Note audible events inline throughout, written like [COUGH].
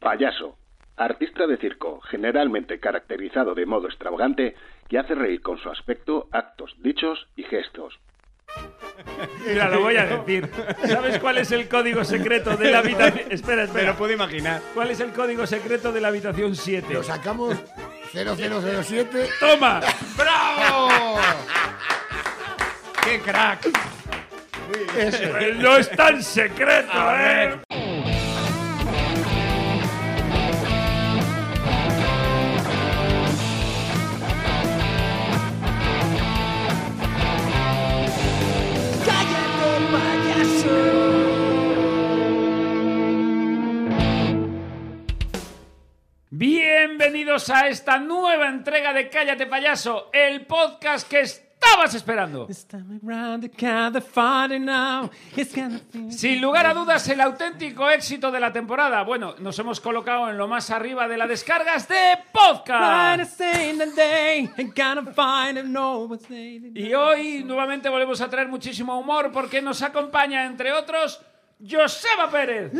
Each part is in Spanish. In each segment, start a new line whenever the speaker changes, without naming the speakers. Payaso. Artista de circo, generalmente caracterizado de modo extravagante, que hace reír con su aspecto, actos, dichos y gestos.
Mira, lo voy a decir. ¿Sabes cuál es el código secreto de la habitación? Espera,
Me
[LAUGHS]
espera.
lo puedo imaginar.
¿Cuál es el código secreto de la habitación 7?
Lo sacamos 0007.
¡Toma!
¡Bravo! ¡Qué crack!
No es tan secreto, ¿eh? Bienvenidos a esta nueva entrega de Cállate Payaso, el podcast que estabas esperando. Sin lugar a dudas, el auténtico éxito de la temporada. Bueno, nos hemos colocado en lo más arriba de las descargas de podcast. Y hoy nuevamente volvemos a traer muchísimo humor porque nos acompaña, entre otros, Joseba Pérez.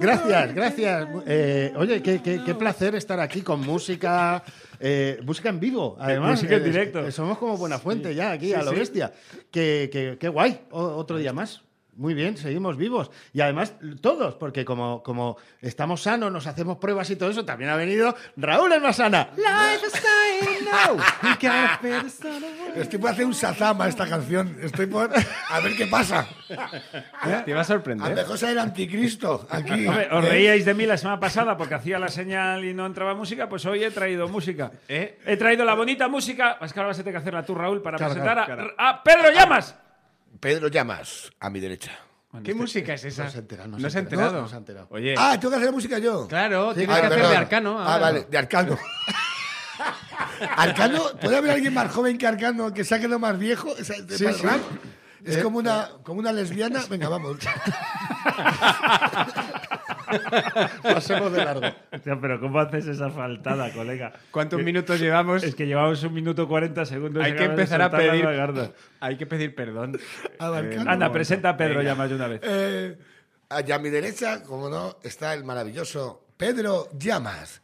Gracias, gracias. Eh, oye, qué, qué- qué placer estar aquí con música. eh, música en vivo, además.
música en
Eh,
directo.
eh, somos como buena fuente ya aquí, a lo
sí.
bestia. Qué, qué- qué guay, O- otro día más. Muy bien, seguimos vivos. Y además, todos, porque como, como estamos sanos, nos hacemos pruebas y todo eso, también ha venido Raúl Hermasana.
Estoy por hacer un sazama esta canción. Estoy por. A ver qué pasa.
Te va a
A lo
sorprender.
mejor sale el anticristo aquí.
Hombre, os
¿eh?
reíais de mí la semana pasada porque hacía la señal y no entraba música, pues hoy he traído música.
¿Eh?
He traído la bonita música. Es que ahora vas a tener que hacerla tú, Raúl, para
Claro,
presentar
claro, Ah,
A, a Pedro Llamas. este
Pedro Llamas, a mi derecha.
¿Qué música es esa?
no se ha enterado, no
¿No
se ha
se ha
enterado.
enterado.
No se ha enterado.
Oye,
Ah, tengo que hacer la música yo.
claro, tienes
Ah,
que hacer de
perdón.
arcano.
Ah,
ahora.
vale, de arcano. [LAUGHS] arcano, ¿puede haber alguien más joven que arcano que se ha quedado más viejo? O sea, de- para el rap. Es como una, como una lesbiana. Venga, vamos. [LAUGHS]
Pasemos de largo.
pero ¿cómo haces esa faltada, colega?
¿Cuántos minutos llevamos?
Eh,
Es que llevamos un minuto 40 segundos. y
Hay que
acabas de
empezar a
soltar la
pedir.
lagarda.
Hay que pedir perdón.
A ver, Anda,
Anda, presenta a Pedro Llamas de una vez.
Eh, allá a mi derecha, como no, está el maravilloso Pedro Llamas.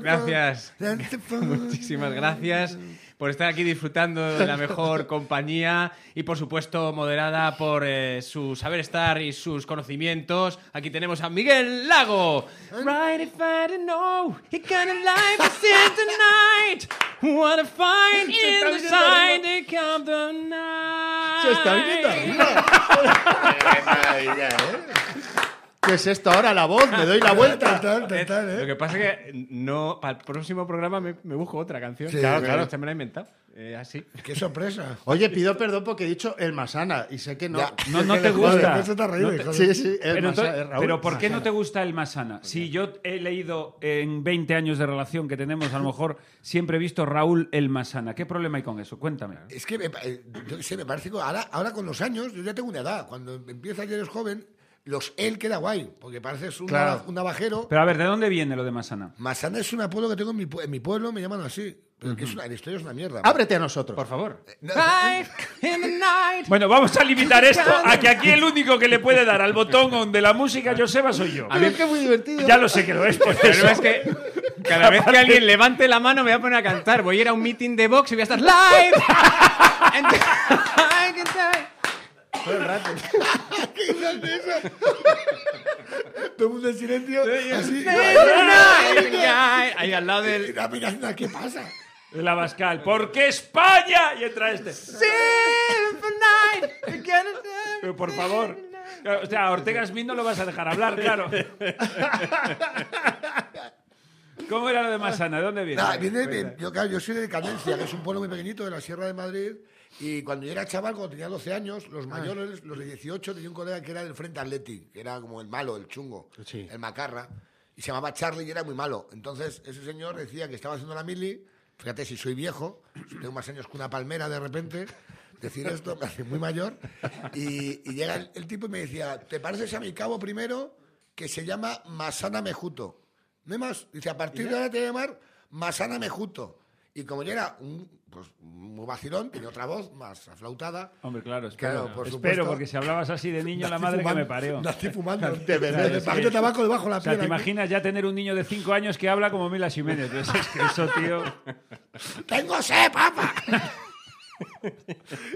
Gracias. [LAUGHS] Muchísimas gracias por estar aquí disfrutando de la mejor compañía y, por supuesto, moderada por eh, su saber estar y sus conocimientos. Aquí tenemos a Miguel Lago. Right if I didn't know he kind of life is in tonight. What a find in the sign they come the night.
Se está viniendo arriba.
¿eh?
¿Qué es esto ahora? La voz, me doy
[LAUGHS]
la vuelta.
Total, total,
Lo
¿eh?
que pasa es que no, para el próximo programa me, me busco otra canción.
Sí, Claro,
claro.
Esta me la he inventado. Eh, así.
Qué sorpresa.
Oye, pido perdón porque he dicho el Masana y sé que no.
Ya.
No,
[LAUGHS]
no te
Joder,
gusta.
eso está horrible, joder.
Sí, sí, el
Pero,
Masana,
entonces-
el Raúl.
pero ¿por qué no te gusta el más sana? Si yo he leído en 20 años de relación que tenemos, a lo mejor siempre he visto Raúl el más sana. ¿Qué problema hay con eso? Cuéntame.
Es que, me, pa- eh, yo qué sé, me parece que ahora, ahora con los años, yo ya tengo una edad. Cuando empiezas y eres joven, los él queda guay, porque pareces un,
Claro.
nav- un navajero.
Pero a ver, ¿de dónde viene lo de más sana?
Masana es un apodo que tengo en mi, pue- en mi pueblo, me llaman así. Pero que es una, la historia es una mierda.
Ábrete a nosotros.
Por favor.
Bueno, vamos a limitar esto a que aquí el único que le puede dar al botón on de la música Joseba soy yo.
Pero es que es muy [LAUGHS] divertido.
Ya lo sé que lo es, por
Pero
eso.
es que
[LAUGHS]
cada vez que alguien levante la mano me voy a poner a cantar. Voy a ir a un meeting de box y voy a estar live. And I can die.
Todo el mundo en silencio, así.
I can die. Ahí al lado
Y
del.
la mirada, ¿Qué pasa?
El Abascal. ¿Por qué España? Y entra este. Pero por favor. O sea, a Ortega Smith no lo vas a dejar hablar,
[LAUGHS]
claro. ¿Cómo era lo de Masana? ¿De dónde viene?
Nada, Ah, viene de- yo, claro, yo soy de Cadencia, que es un pueblo muy pequeñito de la Sierra de Madrid. Y cuando yo era chaval, cuando tenía 12 años, los mayores, los de 18, tenía un colega que era del Frente Atleti, que era como el malo, el chungo,
Sí.
el macarra. Y se llamaba Charlie y era muy malo. Entonces, ese señor decía que estaba haciendo la mili. Fíjate, si soy viejo, si tengo más años que una palmera de repente. Decir esto me hace muy mayor. Y, y llega el, el tipo y me decía, ¿te pareces a mi cabo primero que se llama Masana Mejuto? No hay más. Dice, a partir de ahora te voy a llamar Masana Mejuto. Y como yo era un, pues, muy vacilón, tenía otra voz más aflautada.
Hombre, claro, espero.
Claro, por
espero,
supuesto.
porque si hablabas así de niño, la
Nací
madre que
fumando-
me parió.
Nací fumando de
Claro,
bebé, de
es que-
paquete de tabaco debajo de la
O sea,
piel.
¿te
aquí.
imaginas ya tener un niño de 5 años que habla como Mila Jiménez? Pues es que eso, tío...
¡Tengo sed, papá!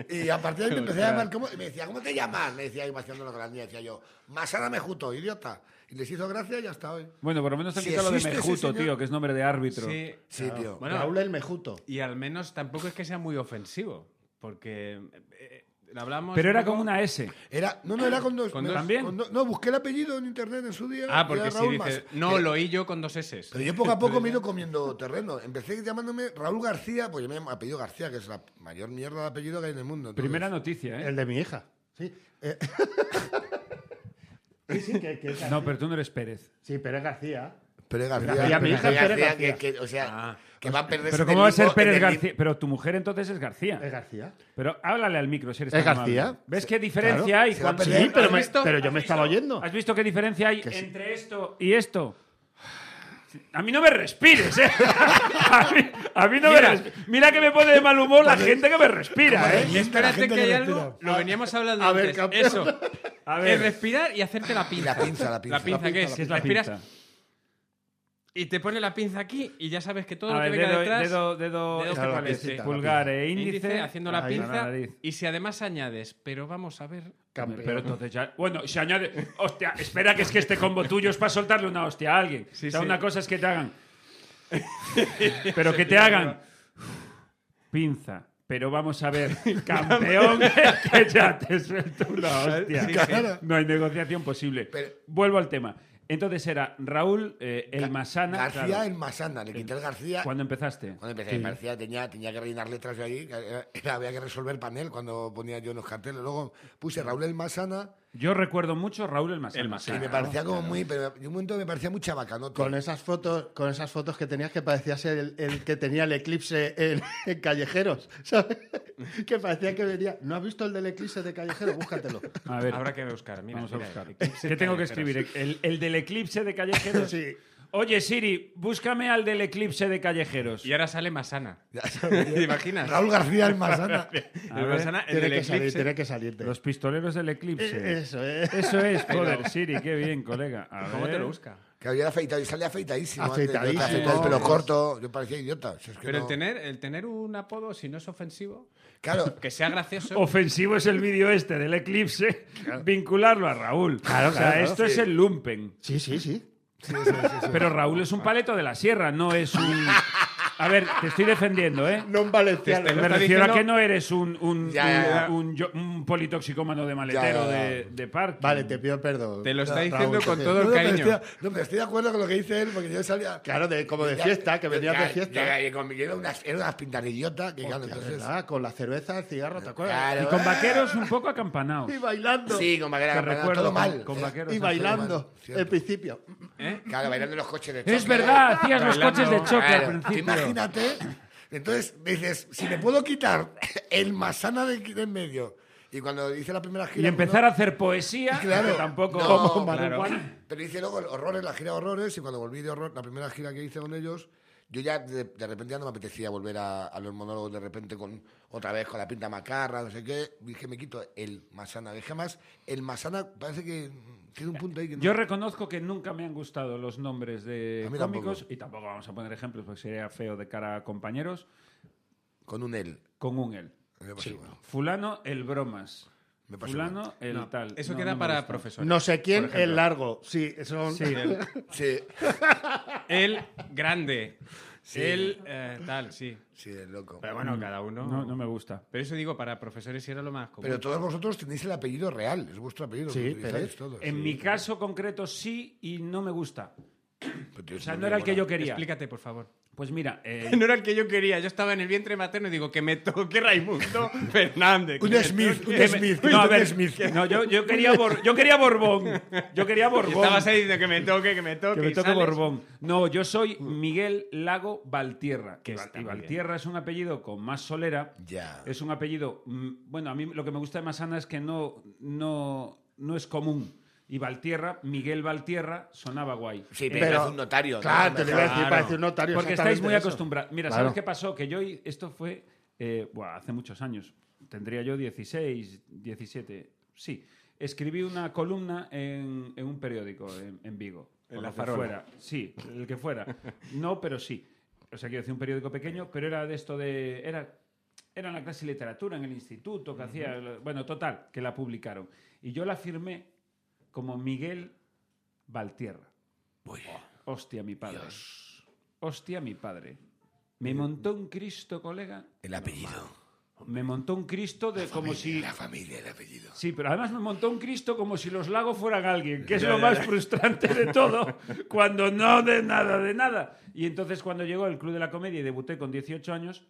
y a partir de ahí me empecé a llamar. ¿cómo? Y me decía, ¿cómo te llamas? Me decía, iba haciendo lo grande. Decía yo, Masana Mejuto, idiota. Y les hizo gracia y hasta hoy.
Bueno, por lo menos te han
Si
quitado lo de
existe ese
Mejuto,
señor-
tío, que es nombre de árbitro.
Sí,
Sí, tío.
Bueno,
Raúl el Mejuto.
y al menos tampoco es que sea muy ofensivo, porque eh, eh, lo hablamos.
Pero
un
era
poco-
con una S.
Era, no, no, era con dos.
¿Con
me-
dos?
¿También?
con do- no, busqué el apellido en internet en su día.
Ah,
y
porque
era
si
Raúl
dices,
Mas. Eh,
no, lo oí yo con dos S.
Pero yo poco a poco me he ido comiendo terreno. Empecé llamándome Raúl García, pues yo me llamo apellido García, que es la mayor mierda de apellido que hay en el mundo. entonces-
Primera noticia, ¿eh?
El de mi hija. Sí. Eh, [LAUGHS] sí, sí, que, que es así.
No, pero tú no eres Pérez.
Sí, pero es García.
Pérez García.
García, mi hija es Pérez García.
Que, que- o sea, que va a perder
Pero ¿cómo va a ser Pérez García? Pero tu mujer entonces es García.
Es García.
Pero háblale al micro si eres
¿Es
tan amable.
García?
¿Ves qué diferencia hay?
se va a
cuando-
perder.
Sí, pero,
¿Has
me-
visto?
pero yo me estaba oyendo.
¿Has visto qué diferencia hay
sí.
entre esto y esto? A mí no me respires, ¿eh? [LAUGHS] A mí, a mí no
Mira.
me respires. Mira que me pone de mal humor la gente que me respira, ¿eh?
Joder. La
Espérate
gente
que hay
no
algo.
respira.
Lo veníamos hablando
a ver,
antes.
campeón.
Eso.
A ver.
Es respirar y hacerte la pinza.
La pinza, la pinza.
La pinza,
La
¿qué
pinza,
es?
la
Es la
Respiras
pinza.
Y te pone la pinza aquí y ya sabes que todo
A
lo que
ver,
venga
dedo,
detrás.
dedo, dedo,
Dedo
este
con la
cuál es,
pincita, la
pulgar e
índice,
índice,
haciendo la
ahí,
pinza.
nariz.
y si además añades, pero vamos a ver.
Campeón.
Pero entonces ya. Bueno, se añade. Hostia, espera que es que este combo tuyo es para soltarle una hostia a alguien.
Sí,
o sea,
sí.
una cosa es que te hagan. pero que te hagan. Pinza. Pero vamos a ver, campeón, [LAUGHS] que ya te suelto una hostia.
Sí, sí.
No hay negociación posible.
Pero-
Vuelvo al tema. Entonces era Raúl eh, El Masana.
García
claro,
en Masana, le quité el García.
Cuando empezaste.
Cuando empecé, me parecía tenía, tenía que rellenar letras yo ahí, era- era- había que resolver panel cuando ponía yo en los carteles. Luego puse Raúl El Masana
Yo recuerdo mucho Raúl El Masana.
El
y
Masana.
me parecía como muy. Pero en un momento me parecía muy chabacanote.
Con esas fotos, con esas fotos que tenías que parecías el, el que tenía el eclipse en, [LAUGHS] en callejeros, ¿sabes? [LAUGHS] Que parecía que venía. ¿No has visto el del eclipse de callejeros? [LAUGHS] Búscatelo.
A ver.
Habrá que buscar. Mira,
Vamos a
mira,
buscar.
eclipse
¿Qué tengo que
callejeros.
escribir? ¿El, el del eclipse de
[LAUGHS]
callejeros?
Sí.
Oye, Siri, búscame al del eclipse de callejeros.
Y ahora sale Masana.
Ya sabes.
¿Te imaginas?
Raúl García El Masana.
A ver,
El Masana, el
Tiene
del
que salir,
eclipse.
tiene que salirte.
Los pistoleros del eclipse.
Eh, Eso, eh.
Eso
[LAUGHS]
es, joder, Siri, qué bien, colega. A
¿Cómo te
ver.
lo busca?
Que había afeitado y salía afeitadísimo. antes, yo
Afeitadísimo.
afeitado el pelo corto. Yo parecía idiota. si es que
Pero
no-
el tener, el tener un apodo, si no es ofensivo,
[LAUGHS]
Claro,
que sea gracioso.
Ofensivo es el vídeo este del eclipse, vincularlo a Raúl. o sea,
claro,
esto es el lumpen.
Sí, sí, sí.
Pero Raúl es un paleto de la sierra, no es un... A ver, te estoy defendiendo, ¿eh?
No en valenciano.
Te- te-
Me
está
refiero a
diciendo-
que no eres un, un,
Ya, ya, ya.
un, un yo- un politoxicómano de maletero
Ya, ya, ya.
de, de parque.
Vale, te pido perdón.
Te lo está
Raúl,
diciendo
te
con
pido-
todo el
No, pero
cariño.
estoy- no, pero estoy de acuerdo con lo que dice él, porque yo salía.
Claro, de, como de fiesta, que venía de fiesta.
Llega- llega- llega- Era unas, era unas pintas de idiota, que claro,
Hostia,
entonces.
¿verdad? Con la cerveza, el cigarro, ¿te acuerdas?
Claro.
Y con vaqueros un poco acampanados.
Y bailando.
Sí, con
Te
vaquera,
recuerdo
todo
con-
mal.
con
Eh,
vaqueros.
y bailando.
Cierto.
El principio.
Claro, bailando en los coches de choque.
Es verdad, hacías los
Bailando.
coches de choque
Claro,
al
tú
principio.
imagínate. Entonces dices, si me puedo quitar el masana de, de en medio. Y cuando dice la primera gira. pues
Y empezar a hacer poesía,
[LAUGHS] Claro.
que tampoco...
No,
Como Manu
claro.
Juan.
Pero hice luego el horrores, la gira de horrores, y cuando volví de horror, la primera gira que hice con ellos, yo ya de, de repente ya no me apetecía volver a, a los monólogos de repente con otra vez con la pinta macarra, no sé qué. Dije, me quito el masana. Dije más, el masana parece que mm, tiene un punto ahí que no.
Yo reconozco que nunca me han gustado los nombres de
A mí
cómicos,
tampoco.
y tampoco vamos a poner ejemplos porque sería feo de cara a compañeros,
con un él.
con un él.
Me pasa igual.
Fulano, el bromas.
Me pasa
Fulano, el
No,
tal.
Eso
No,
queda
no me
para
gusta.
profesores.
No sé quién,
por ejemplo.
el largo. Sí, son.
Sí,
[LAUGHS]
el-
Sí,
El grande. El eh, tal, sí.
sí, es loco.
Pero bueno, cada uno.
Mm. no, no me gusta.
Pero eso digo, para profesores era lo más común.
Pero todos vosotros tenéis el apellido real, es vuestro apellido.
Sí,
que utilizáis
Pérez.
todos.
En mi caso concreto sí y no me gusta.
Pero tío,
O
es
sea,
muy
no era el que
bueno.
yo quería.
Explícate, por favor.
Pues mira, eh,
[LAUGHS]
[LAUGHS]
No era el que yo quería. Yo estaba en el vientre materno y digo que me toque Raimundo [LAUGHS] Fernández. que
Un
me
Smith,
toque-
un
que me-
Smith,
no, a
un
ver,
Smith.
no, yo, yo quería Bor- yo quería Borbón. Yo quería
[LAUGHS] Y
Borbón.
estabas ahí diciendo que me toque, que me toque.
Que me
y
toque
sales.
Borbón. No, yo soy Miguel Lago Valtierra.
Que
Y Val-
está
y
muy bien.
Valtierra es un apellido con más solera.
Ya.
Es un apellido. mm, Bueno, a mí lo que me gusta de Masana es que no, no, no es común. y Valtierra, Miguel Valtierra, sonaba guay.
Sí,
Eh,
pero, es un notario.
Claro, te
¿no?
lo iba a decir,
Claro.
parece un notario.
Porque estáis
exactamente
muy
eso.
acostumbrados. Mira,
Claro.
¿sabes qué pasó? Que yo, y- esto fue eh, buah, hace muchos años, tendría yo 16, 17, sí. Escribí una columna en, en un periódico en, en Vigo. En la
Farola.
fuera. Sí, el que fuera. No, pero sí. O sea, quiero decir, un periódico pequeño, pero era de esto de... Era, era en la clase de literatura, en el instituto, que hacía... Bueno, total, que la publicaron. Y yo la firmé como Miguel Valtierra. Hostia, mi padre. Hostia, mi padre. Me montó un Cristo, colega.
Eh, El apellido.
Me montó un Cristo de como si.
La familia, el apellido.
Sí, pero además me montó un Cristo como si los lagos fueran alguien, que es lo más frustrante de todo, cuando no de nada, de nada. Y entonces cuando llegó el Club de la Comedia y debuté con 18 años,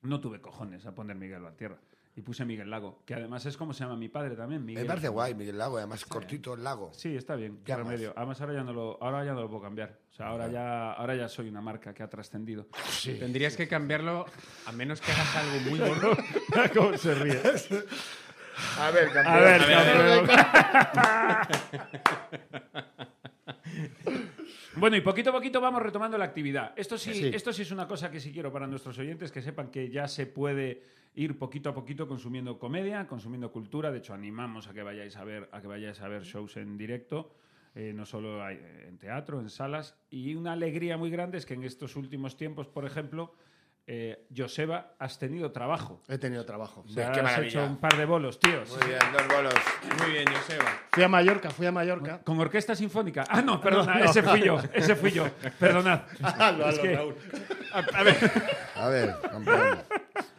no tuve cojones a poner Miguel Valtierra. Y puse Miguel Lago, que además es como se llama mi padre también, Miguel.
Me parece guay, Miguel Lago, además cortito el lago.
Sí, está bien.
Ya
qué
más.
remedio. Además, ahora ya, no lo, ahora ya no lo puedo cambiar. O sea, ahora ya, ahora ya soy una marca que ha trascendido.
Tendrías que cambiarlo a menos que hagas algo muy bueno.
[LAUGHS] ¿Cómo se ríe?
A ver, campeón.
A ver, Bueno, y poquito a poquito vamos retomando la actividad. Esto sí,
Sí.
esto sí es una cosa que sí quiero para nuestros oyentes, que sepan que ya se puede ir poquito a poquito consumiendo comedia, consumiendo cultura. De hecho, animamos a que vayáis a ver, a que vayáis a ver shows en directo. eh, no solo hay, eh, en teatro, en salas. Y una alegría muy grande es que en estos últimos tiempos, por ejemplo, eh, Joseba, has tenido trabajo.
He tenido trabajo.
O sea,
qué
has
maravilla.
hecho un par de bolos, tío.
Muy bien, dos bolos.
Muy bien, Joseba.
Fui a Mallorca, fui a Mallorca.
Con orquesta sinfónica. Ah, no, perdona, ese fui yo, ese fui
[LAUGHS]
yo. Perdonad.
Hazlo,
Es
hazlo,
que- [LAUGHS]
Ah, Raúl.
A ver,
A ver, campeón.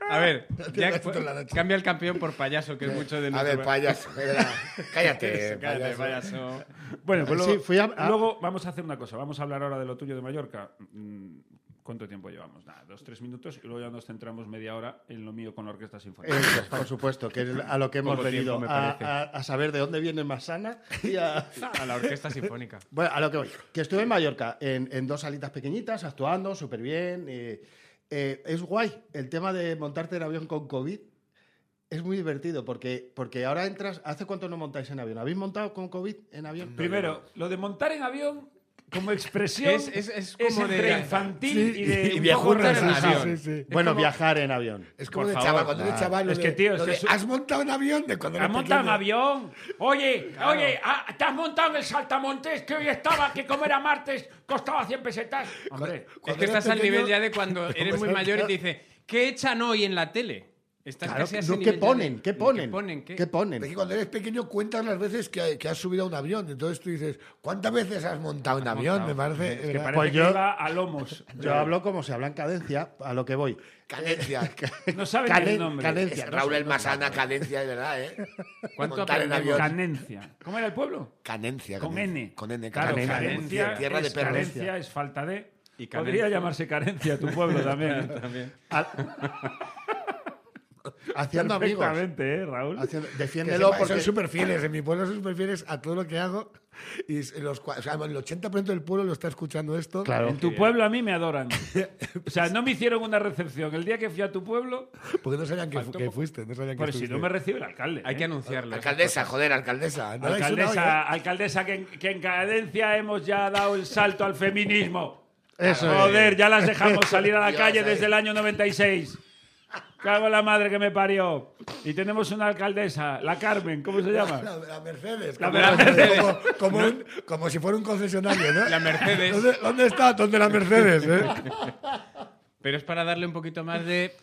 a ver ya
Esto es la noche.
cambia el campeón por payaso, que es mucho de
A
nuestro...
ver,
[LAUGHS]
payaso. era- Cállate,
[LAUGHS]
Cállate,
payaso.
payaso.
Bueno, pues luego,
Sí, fui a- ah. a-
luego vamos a hacer una cosa. Vamos a hablar ahora de lo tuyo de Mallorca. Mm, ¿Cuánto tiempo llevamos? Nada, dos, tres minutos y luego ya nos centramos media hora en lo mío con la orquesta sinfónica.
Eso, Eh, por supuesto, que es a lo que hemos
Poco tiempo,
venido,
me
a,
parece.
a- a saber de dónde viene Masana y a...
A la orquesta sinfónica.
Bueno, a lo que voy. Que estuve en Mallorca, en, en dos salitas pequeñitas, actuando súper bien. eh, eh, es guay el tema de montarte en avión con COVID. Es muy divertido porque, porque ahora entras. ¿Hace cuánto no montáis en avión? ¿Habéis montado con COVID en avión?
Primero, lo de montar en avión como expresión
[LAUGHS] Es- es- es como de-
entre infantil
Sí,
y de
y
un
viajurra,
poco montar en
sí, sí,
avión.
sí,
Es
Bueno,
como-
viajar en avión.
Es como
Por
de
favor.
chaval, cuando eres chaval. lo
Ah. Es
de-
que, tío,
lo
es que
de,
su-
¿Has montado un avión de cuando
¿Has
eras
montado en
pequeño?
avión? Oye, oye, ah, ¿te has montado en el saltamontes que hoy estaba, que como era martes, costaba 100 pesetas? Hombre,
Es
Cuando
que
eras
estás al
pequeño-
nivel ya de cuando eres muy mayor y te dice, ¿qué echan hoy en la tele? Estás
Claro,
casi a ese
no,
nivel
¿qué,
ya de-
ponen? ¿Qué ponen?
¿Qué ponen? ¿Qué-
¿Qué ponen?
Es que cuando eres pequeño cuentas las veces que, que has subido a un avión. Entonces tú dices, ¿cuántas veces has montado un avión? Me parece.
que
¿verdad?
parece
Pues
que
yo-
iba a lomos.
Yo hablo como se habla en cadencia, a lo que voy.
[LAUGHS]
Cadencia.
No saben ni
Calen-
el nombre.
cadencia.
Es Raúl el Masana, cadencia, de verdad, ¿eh?
¿Cuánto
Montar en
aprendemos?
avión.
Canencia. ¿Cómo era el pueblo?
Canencia.
Con
cadencia.
N.
Con N.
Claro,
cadencia,
carencia.
Tierra de
es
perros.
Carencia es falta de.
Y carencia.
Podría llamarse carencia tu pueblo
[LAUGHS]
también.
[LAUGHS]
Ah,
También.
Haciendo amigos.
Perfectamente, ¿eh, Raúl?
Haciendo-
Que
defiéndelo
sepa,
porque
Son súper fieles, en mi pueblo son súper fieles a todo lo que hago. Y s- los, cua- o sea, el 80% del pueblo lo está escuchando esto.
Claro.
En tu
eh.
pueblo a mí me
[LAUGHS]
adoran. O sea, no me hicieron una recepción. El día que fui a tu pueblo,
Porque no sabían que, fu- que fuiste. No sabían que
pero si
estuviste.
no me recibe el alcalde.
Hay que
¿eh?
anunciarlo.
Alcaldesa, joder, alcaldesa. No la habéis sonado, ¿eh?
Alcaldesa, alcaldesa que, en, que en cadencia hemos ya dado el salto al feminismo.
Eso es.
Joder, ya las dejamos salir
[LAUGHS]
a la
Dios,
calle
ahí.
desde el año 96. Cago en la madre que me parió. Y tenemos una alcaldesa, la Carmen, ¿cómo se llama?
¿eh? [LAUGHS] La, la Mercedes.
La
como,
Mercedes.
Como, como un- como si fuera un concesionario, ¿no?
La Mercedes.
¿Dónde, dónde está? ¿Dónde la Mercedes? eh?
Pero es para darle un poquito más de,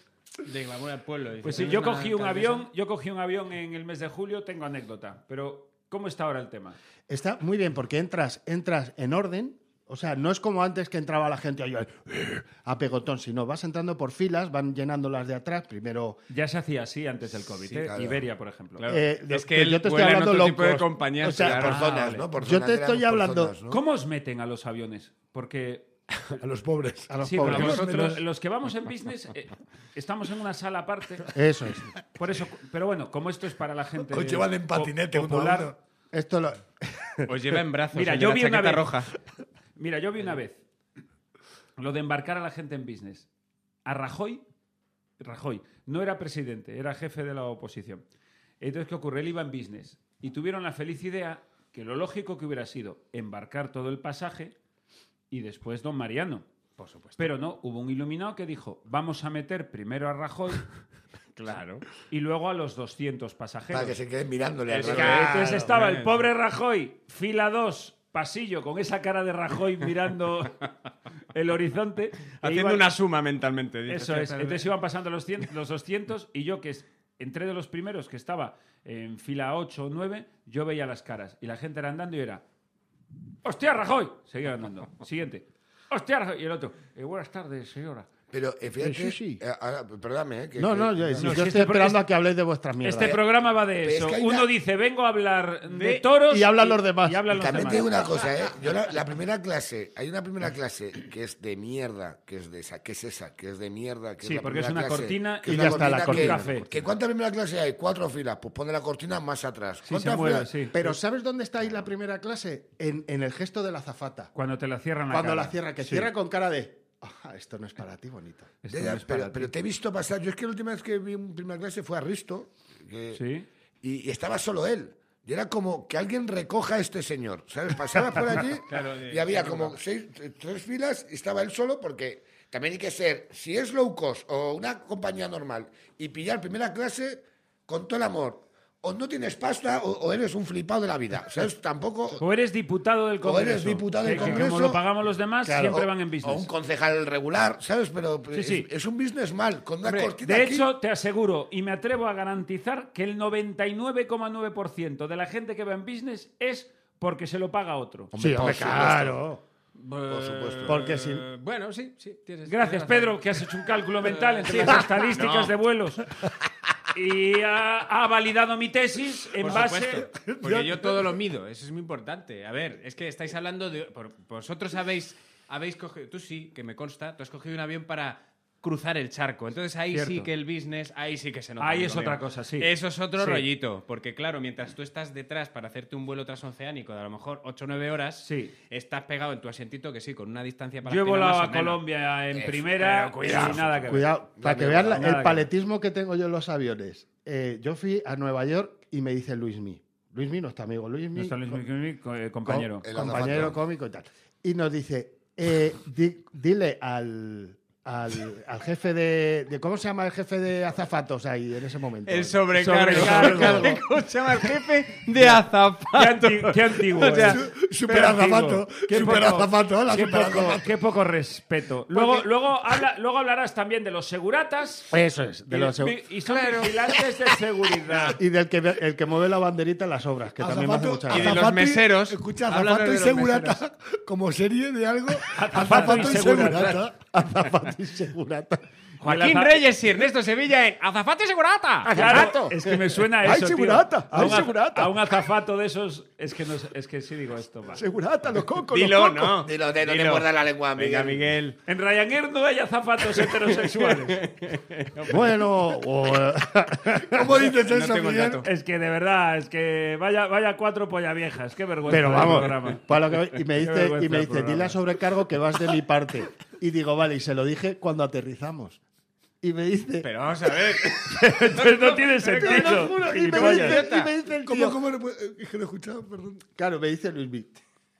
de glamour al pueblo. Dice,
Pues sí,
"Tengo
yo
una
cogí un
alcaldesa".
avión, yo cogí un avión en el mes de julio, tengo anécdota. Pero, ¿cómo está ahora el tema?
Está muy bien porque entras, entras en orden. O sea, no es como antes que entraba la gente ahí, eh, a pegotón, sino vas entrando por filas, van llenando las de atrás. Primero,
Ya se hacía así antes del COVID, ¿eh?
claro.
Iberia, por ejemplo.
eh,
es
lo-
que
pero
él
yo te estoy
vuela en
hablando
otro
low
tipo de
cost.
compañías,
O sea,
claro.
Por
por-
zonas,
vale.
¿no? Por
Yo
zonas,
te
éramos
estoy
por
hablando-
zonas, ¿no?
¿Cómo os meten a los aviones? Porque
A los pobres.
a los
sí,
pobres.
pero
menos-
vosotros, los que vamos en business, eh, estamos en una sala aparte.
Eso
[LAUGHS]
es.
Por eso, pero bueno, como esto es para la gente
Os llevan en
po-
patinete uno a
popular,
uno.
Esto lo-
Os lleva en brazos.
Mira,
el de
yo
la
vi una
chaqueta
vez-
roja.
Mira, yo vi una vez lo de embarcar a la gente en business. A Rajoy, Rajoy no era presidente, era jefe de la oposición. Entonces, ¿qué ocurre? Él iba en business y tuvieron la feliz idea que lo lógico que hubiera sido embarcar todo el pasaje y después don Mariano.
Por supuesto.
Pero no, hubo un iluminado que dijo, vamos a meter primero a Rajoy
[LAUGHS] Claro.
y luego a los 200 pasajeros.
Para que se queden mirándole al
Es
revés.
que- Claro,
Entonces estaba el
bien.
pobre Rajoy, fila 2, pasillo, con esa cara de Rajoy mirando
[LAUGHS]
el horizonte. e
Haciendo
iban-
una suma mentalmente. dices,
Eso es.
tal vez.
Entonces iban pasando los, 100, los 200 y yo que es- entré de los primeros que estaba en fila 8 o 9, yo veía las caras y la gente era andando y era ¡Hostia, Rajoy! Seguía andando. Siguiente. ¡Hostia, Rajoy! Y el otro, "Eh, buenas tardes, señora.
Pero eh, fíjate.
Eh, sí, sí.
eh, ahora, perdóname, eh, que-
No,
que-
no, yo, yo
si
estoy
este pro-
esperando
este-
a que habléis de eh. vuestras mierdas.
Este programa va de
pero es
eso.
que hay
Uno
una-
dice, vengo a hablar de,
De-
toros.
y hablan los demás.
Y hablan los
También
demás.
te digo una cosa, ¿eh? Yo la, la primera clase, hay una primera clase que es de mierda, que es de esa, que es esa, que es de mierda, que
Sí,
es la
porque es
primera
una
clase,
cortina
que
y
es
ya
una
está, la
que-
cortina. Café.
¿Que ¿Cuánta primera clase hay? Cuatro filas, pues pone la cortina más atrás.
Sí,
¿Cuántas
se mueve,
filas?
sí.
Pero ¿sabes dónde está ahí la primera clase? En, en el gesto de la azafata.
Cuando te la cierran la
Cuando
cara.
la cierra, que
Sí.
cierra con cara de... "Ah, esto no es para ti, bonito.
Esto
Ya,
no
ya,
es para
pero,
ti.
pero te he visto pasar. Yo es que la última vez que vi un primera clase fue a Risto. que-
Sí.
y, y estaba solo él. Y era como que alguien recoja a este señor. ¿Sabes? Pasaba por allí
[LAUGHS]
y había como seis, tres filas y estaba él solo porque también hay que ser, si es low cost o una compañía normal y pillar primera clase, con todo el amor, o no tienes pasta o, o eres un flipado de la vida.
[LAUGHS]
¿Sabes? Tampoco.
O eres diputado del Congreso.
eres diputado del
que- que
Congreso.
como lo pagamos los demás,
Claro,
siempre
o-
van en
O
business.
un concejal regular, ¿sabes? Pero
Sí,
es,
sí.
es un business mal, con una
Hombre,
cortina
de
aquí.
hecho, te aseguro y me atrevo a garantizar que el 99,9% de la gente que va en business es porque se lo paga otro.
Hombre, por
hombre,
supuesto.
Por
supuesto.
Porque si-
Pues, eh, Bueno, sí, sí. tienes-
Gracias,
tienes
Pedro,
razón.
que has hecho un
[LAUGHS]
cálculo mental entre las estadísticas
No.
de vuelos. Y ha, ha validado mi tesis en
Por
base.
supuesto,
[LAUGHS]
porque yo todo lo mido, eso es muy importante. A ver, es que estáis hablando de... por- vosotros habéis, habéis cogido... Tú sí, que me consta, tú has cogido un avión para cruzar el charco. Entonces ahí sí
Cierto.
que el business, ahí sí que se nota.
Ahí
el
es
gobierno.
otra cosa, sí.
Eso es otro
Sí.
rollito, porque claro, mientras tú estás detrás para hacerte un vuelo transoceánico de a lo mejor 8 o 9 horas,
Sí.
estás pegado en tu asientito que sí, con una distancia para
Yo he volado a Colombia en
Eso,
primera
pero cuidado,
y nada que ver.
Cuidado,
No,
para que
no,
vean
no,
la-
nada que
el
ver.
paletismo que tengo yo en los aviones. Eh, yo fui a Nueva York y me dice Luismi. Luismi, nuestro amigo Luismi.
Nuestro Luis Miguel, eh, compañero.
Con- El
compañero
azafato.
cómico y tal. Y nos dice, eh, di- dile al, al, al jefe de, de- ¿Cómo se llama el jefe de azafatos ahí en ese momento?
El sobrecargo.
Sobrecargo.
[LAUGHS] ¿Cómo se llama el jefe de azafato?
Qué, anti- qué antiguo.
O sea,
eh.
Super azafato,
Qué
super
poco-
azafato, hola,
qué
super
poco,
azafato.
qué poco respeto. Luego, luego, habla- luego hablarás también de los seguratas.
Eso es, de
y,
los-
vi- y son vigilantes de
[LAUGHS]
seguridad.
y del que, ve- el que mueve la banderita en las obras, que también me hace mucha
y de
gracia.
los meseros.
Escucha,
Háblanos
Azafato
de
y
los
Segurata como serie de algo.
Azafato y
Azafato y
Segurata.
Segurata.
Azafato y segurata.
Joaquín
El aza-
Reyes y Ernesto Sevilla en Azafate y Segurata.
Ah, Claro, es que me suena a eso.
Ay,
tío.
segurata,
a,
ay,
un az-
segurata.
a un azafato de esos. Es que, no, sé- es que sí digo esto. va.
Segurata, los cocos. los
Dilo,
cocos.
no.
Dilo, de- no te
Dilo.
muerdas la lengua,
Venga, Miguel.
En Ryanair no hay azafatos heterosexuales.
Bueno, o- eh,
¿Cómo dices
No
eso,
tengo el
Miguel?
dato.
es que de verdad, es que vaya, vaya cuatro polla viejas. Qué vergüenza.
pero
de
vamos.
Pues programa.
para lo que voy- y me
[LAUGHS] Qué
dice,
vergüenza
y me
el
dice dile
programa.
a sobrecargo que vas de mi parte. Y digo, vale, y se lo dije cuando aterrizamos. Y me dice,
Pero vamos a ver.
[LAUGHS] Entonces no tiene
Te lo
sentido.
juro, y, me
gilipollas.
dice, y me dice el
¿Cómo,
tío,
cómo no puedo- eh, que lo he escuchado, perdón. [LAUGHS]
Claro, me dice Luis Vic,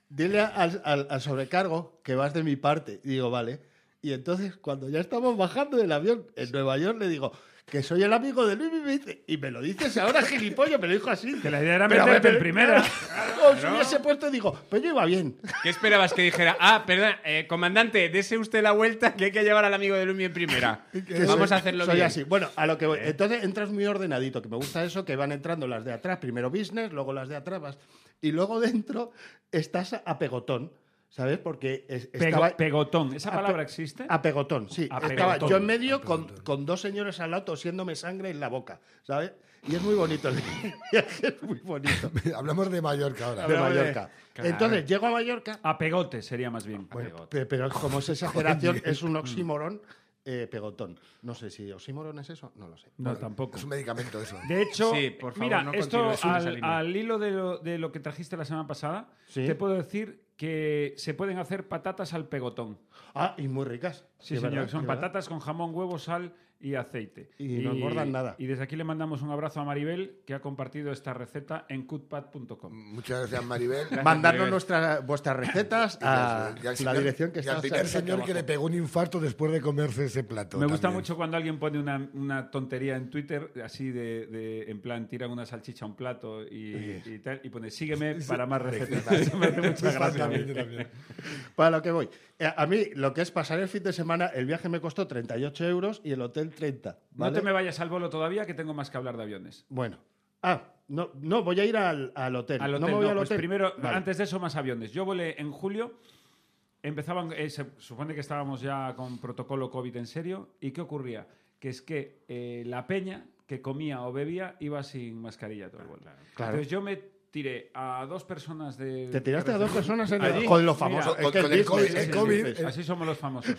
dile al, al- al sobrecargo que vas de mi parte. Y digo, vale. Y entonces, cuando ya estamos bajando del avión en Nueva York, le digo que soy el amigo de Luis Vic, me dice, y me lo dices ahora, gilipollas, me lo dijo así.
Que la idea era
Pero,
meterte
pero-
en primera.
Os hubiese puesto, digo, pues yo iba bien.
¿Qué esperabas que dijera? Ah, perdón, eh, comandante, dese usted la vuelta que hay que llevar al amigo de Lumi en primera.
Que
Vamos
soy-
a hacerlo
soy
bien.
así. Bueno, a lo que voy. Entonces entras muy ordenadito, que me gusta eso, que van entrando las de atrás, primero business, luego las de atrás, vas- y luego dentro estás a a pegotón, ¿sabes? Porque es-
Pego-
estaba,
pegotón. ¿Esa
a pe-
palabra existe?
A pegotón, sí.
A
Estaba
pegotón.
yo en medio con, con dos señores al lado tosiéndome sangre en la boca, ¿sabes? Y es muy bonito el [LAUGHS] viaje, es muy bonito.
Hablamos de Mallorca ahora.
De
Hablamos de-
Mallorca.
Claro.
Entonces llego a Mallorca,
A pegote sería más bien.
pe- pero como es exageración, es un oxímoron eh, pegotón. No sé si oxímoron es eso, no lo sé.
No, tampoco.
Es un medicamento eso.
De hecho,
Sí, por favor,
mira,
no
esto
continúes con esa
al,
línea.
al hilo de lo, de lo que trajiste la semana pasada,
Sí.
te puedo decir que se pueden hacer patatas al pegotón.
Ah, y muy ricas.
Sí,
Es
señor,
verdad,
son
es verdad.
patatas con jamón, huevo, sal, y aceite.
Y no engordan nada.
Y desde aquí le mandamos un abrazo a Maribel, que ha compartido esta receta en cutpad.com.
Muchas gracias, Maribel.
Mandarnos nuestra- vuestras recetas a
Y al
la
señor-
dirección que
y
está
al primer
aquí
señor que
abajo.
le pegó un infarto después de comerse ese plato.
Me gusta
también.
mucho cuando alguien pone una, una tontería en Twitter, así de, de- en plan, tiran una salchicha a un plato y, y tal, y pone, sígueme para más recetas. [LAUGHS] Eso me hace mucha
Exactamente,
gracia.
también.
[LAUGHS] Para lo que voy. Eh, A mí, lo que es pasar el fin de semana, el viaje me costó 38 euros y el hotel 30.
No
¿vale?
te me vayas al bolo todavía, que tengo más que hablar de aviones.
Bueno. Ah, no, no, voy a ir al, al hotel.
Al
no
hotel,
me voy
no,
al
pues
hotel.
primero,
Vale.
antes de eso, más aviones. Yo volé en julio, empezaban, eh, se supone que estábamos ya con protocolo COVID en serio, ¿y qué ocurría? Que es que eh, la peña que comía o bebía iba sin mascarilla
Ah,
todo el vuelo.
Claro.
Entonces yo me tiré a dos personas de...
Te tiraste a dos personas en
Allí.
con los famosos.
Mira,
Es que
con- con
dices,
el COVID,
eh,
es
el
que
COVID,
dices.
Así somos los
[LAUGHS]
famosos.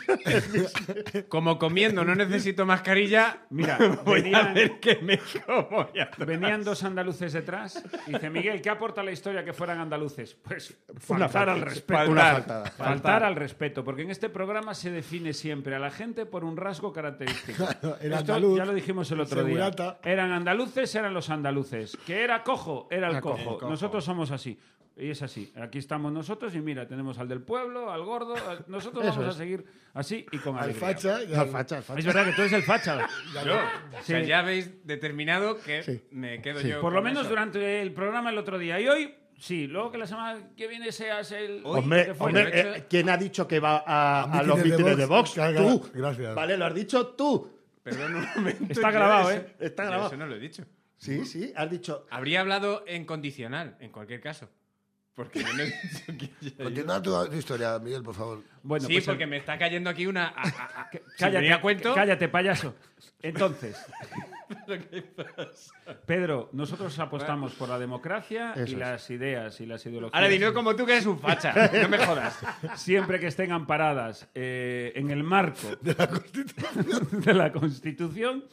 Como comiendo no necesito mascarilla,
Mira,
voy a
venían-
ver qué me como. ya.
Venían dos andaluces detrás. Y dice, Miguel, ¿qué aporta la historia que fueran andaluces? Pues
Una
faltar
falta.
al respeto.
Una faltada.
Faltar, al respeto, porque en este programa se define siempre a la gente por un rasgo característico.
el
Esto
andaluz,
ya lo dijimos el otro
el
día.
segurata.
Eran andaluces, eran los andaluces. Que era cojo, era el cojo. Nosotros somos así. Y es así. Aquí estamos nosotros y mira, tenemos al del pueblo, al gordo. al- Nosotros
Eso
vamos
es.
a seguir así y con
Al
alegría.
facha. y al-
Al facha, al facha.
Es verdad que tú eres el facha.
O sea,
Sí.
ya habéis determinado que
Sí.
me quedo yo.
Por lo
con
menos
eso.
durante el programa el otro día. Y hoy, sí, luego que la semana que viene seas el.
Hoy,
Hombre,
que fue-
hombre,
de hecho-
eh, ¿quién ha dicho que va a,
A
a los
mítines de
mítines de
Vox?
Vox?
Carga-
Tú.
gracias.
Vale, lo has dicho tú.
Perdón un momento.
Está
yo
grabado,
eso-
¿eh?
Está
yo
grabado.
Eso no lo he dicho.
Sí, sí, has dicho.
Habría hablado en condicional, en cualquier caso. Porque yo no he dicho que ya-
Continúa tu, tu historia, Miguel, por favor.
Bueno,
sí,
pues el-
porque me está cayendo aquí una. a- a-
[LAUGHS]
a- si me
cállate,
diera cuento.
cállate, payaso. Entonces.
[LAUGHS]
Pedro, nosotros apostamos por la democracia y
Eso es.
las ideas y las ideologías.
Ahora dilo como tú que eres un facha. No me jodas.
siempre que estén amparadas eh, en el
[LAUGHS]
marco de la [LAUGHS] Constitución,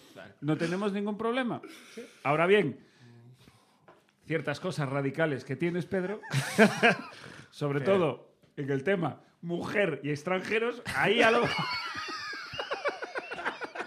no tenemos ningún problema. Ahora bien, ciertas cosas radicales que tienes, Pedro, [LAUGHS]
Eh.
sobre todo en el tema mujer y extranjeros, ahí
[LAUGHS]
a lo...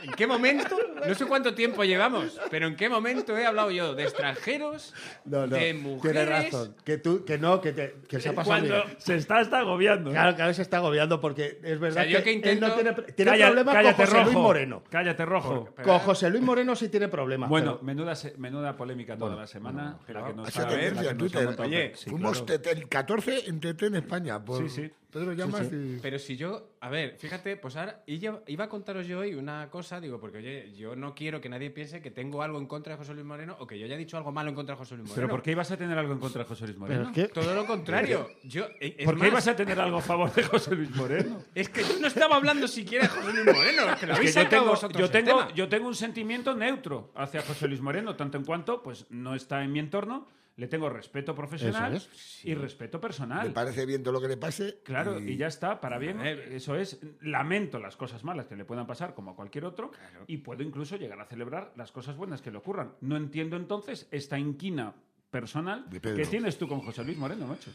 ¿En qué momento? No sé cuánto tiempo llevamos, pero ¿en qué momento he hablado yo de extranjeros,
No, no.
de
Tienes
mujeres?
razón. Que tú, que no, que, te- que se ha pasado.
Eh, cuando
bien.
se está hasta agobiando. ¿eh?
Claro, que a veces está agobiando porque es verdad
O sea, yo que
él
intento-
no tiene, pre- tiene
Calla-
problemas
cállate,
con José Luis
rojo.
Moreno.
Cállate, rojo.
Con José Luis Moreno sí tiene problemas.
Bueno,
pero-
menuda, se- menuda polémica toda la semana. la que nos
Ha sido
ha- la
tendencia
que
en
nos ha
Twitter.
montado.
Oye,
Sí,
Fuimos
claro.
TT el 14 en TT en España. Por
Sí, sí.
Pedro Llamas y.
Pero si yo, a ver, fíjate, pues ahora y yo- iba a contaros yo hoy una cosa, digo, porque oye, yo no quiero que nadie piense que tengo algo en contra de José Luis Moreno o que yo haya dicho algo malo en contra de José Luis Moreno.
¿Pero por qué ibas a tener algo en contra de José Luis
pero
Moreno?
es que-
Todo lo contrario. Yo, e- es
¿Por qué
más,
ibas a tener algo a favor de José Luis [LAUGHS] Moreno?
Es que yo no estaba hablando siquiera de José Luis Moreno, es que lo
Es que
habéis
yo,
sacado
tengo,
vosotros
yo,
el
tengo,
tema.
yo tengo un sentimiento neutro hacia José Luis Moreno, tanto en cuanto pues no está en mi entorno, le tengo respeto profesional
Eso
y respeto
Me
personal.
parece bien todo lo que le pase.
Claro, y ya está, para bien,
Joder.
eso es, lamento las cosas malas que le puedan pasar como a cualquier otro y puedo incluso llegar a celebrar las cosas buenas que le ocurran. No entiendo entonces esta inquina personal
De Pedro.
que tienes tú con José Luis Moreno, macho.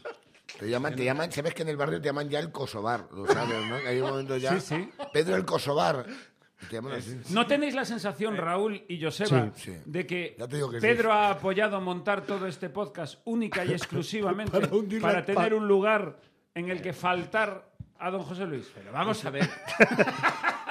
Te llaman, te llaman, sabes que en el barrio te llaman ya el Kosovar,
[LAUGHS]
lo sabes, ¿no? Que hay un momento ya.
Sí, sí.
Pedro el Kosovar. Te llaman así.
¿No tenéis la
[LAUGHS]
sensación, Raúl y Joseba,
Eh, Sí, sí.
de que,
Ya te digo que
Pedro
sí.
ha apoyado montar todo este podcast
[LAUGHS]
única y exclusivamente para,
Para hundir la
tener
pa-
un lugar en el que faltar a don José Luis?
Pero
Pues
vamos a ver.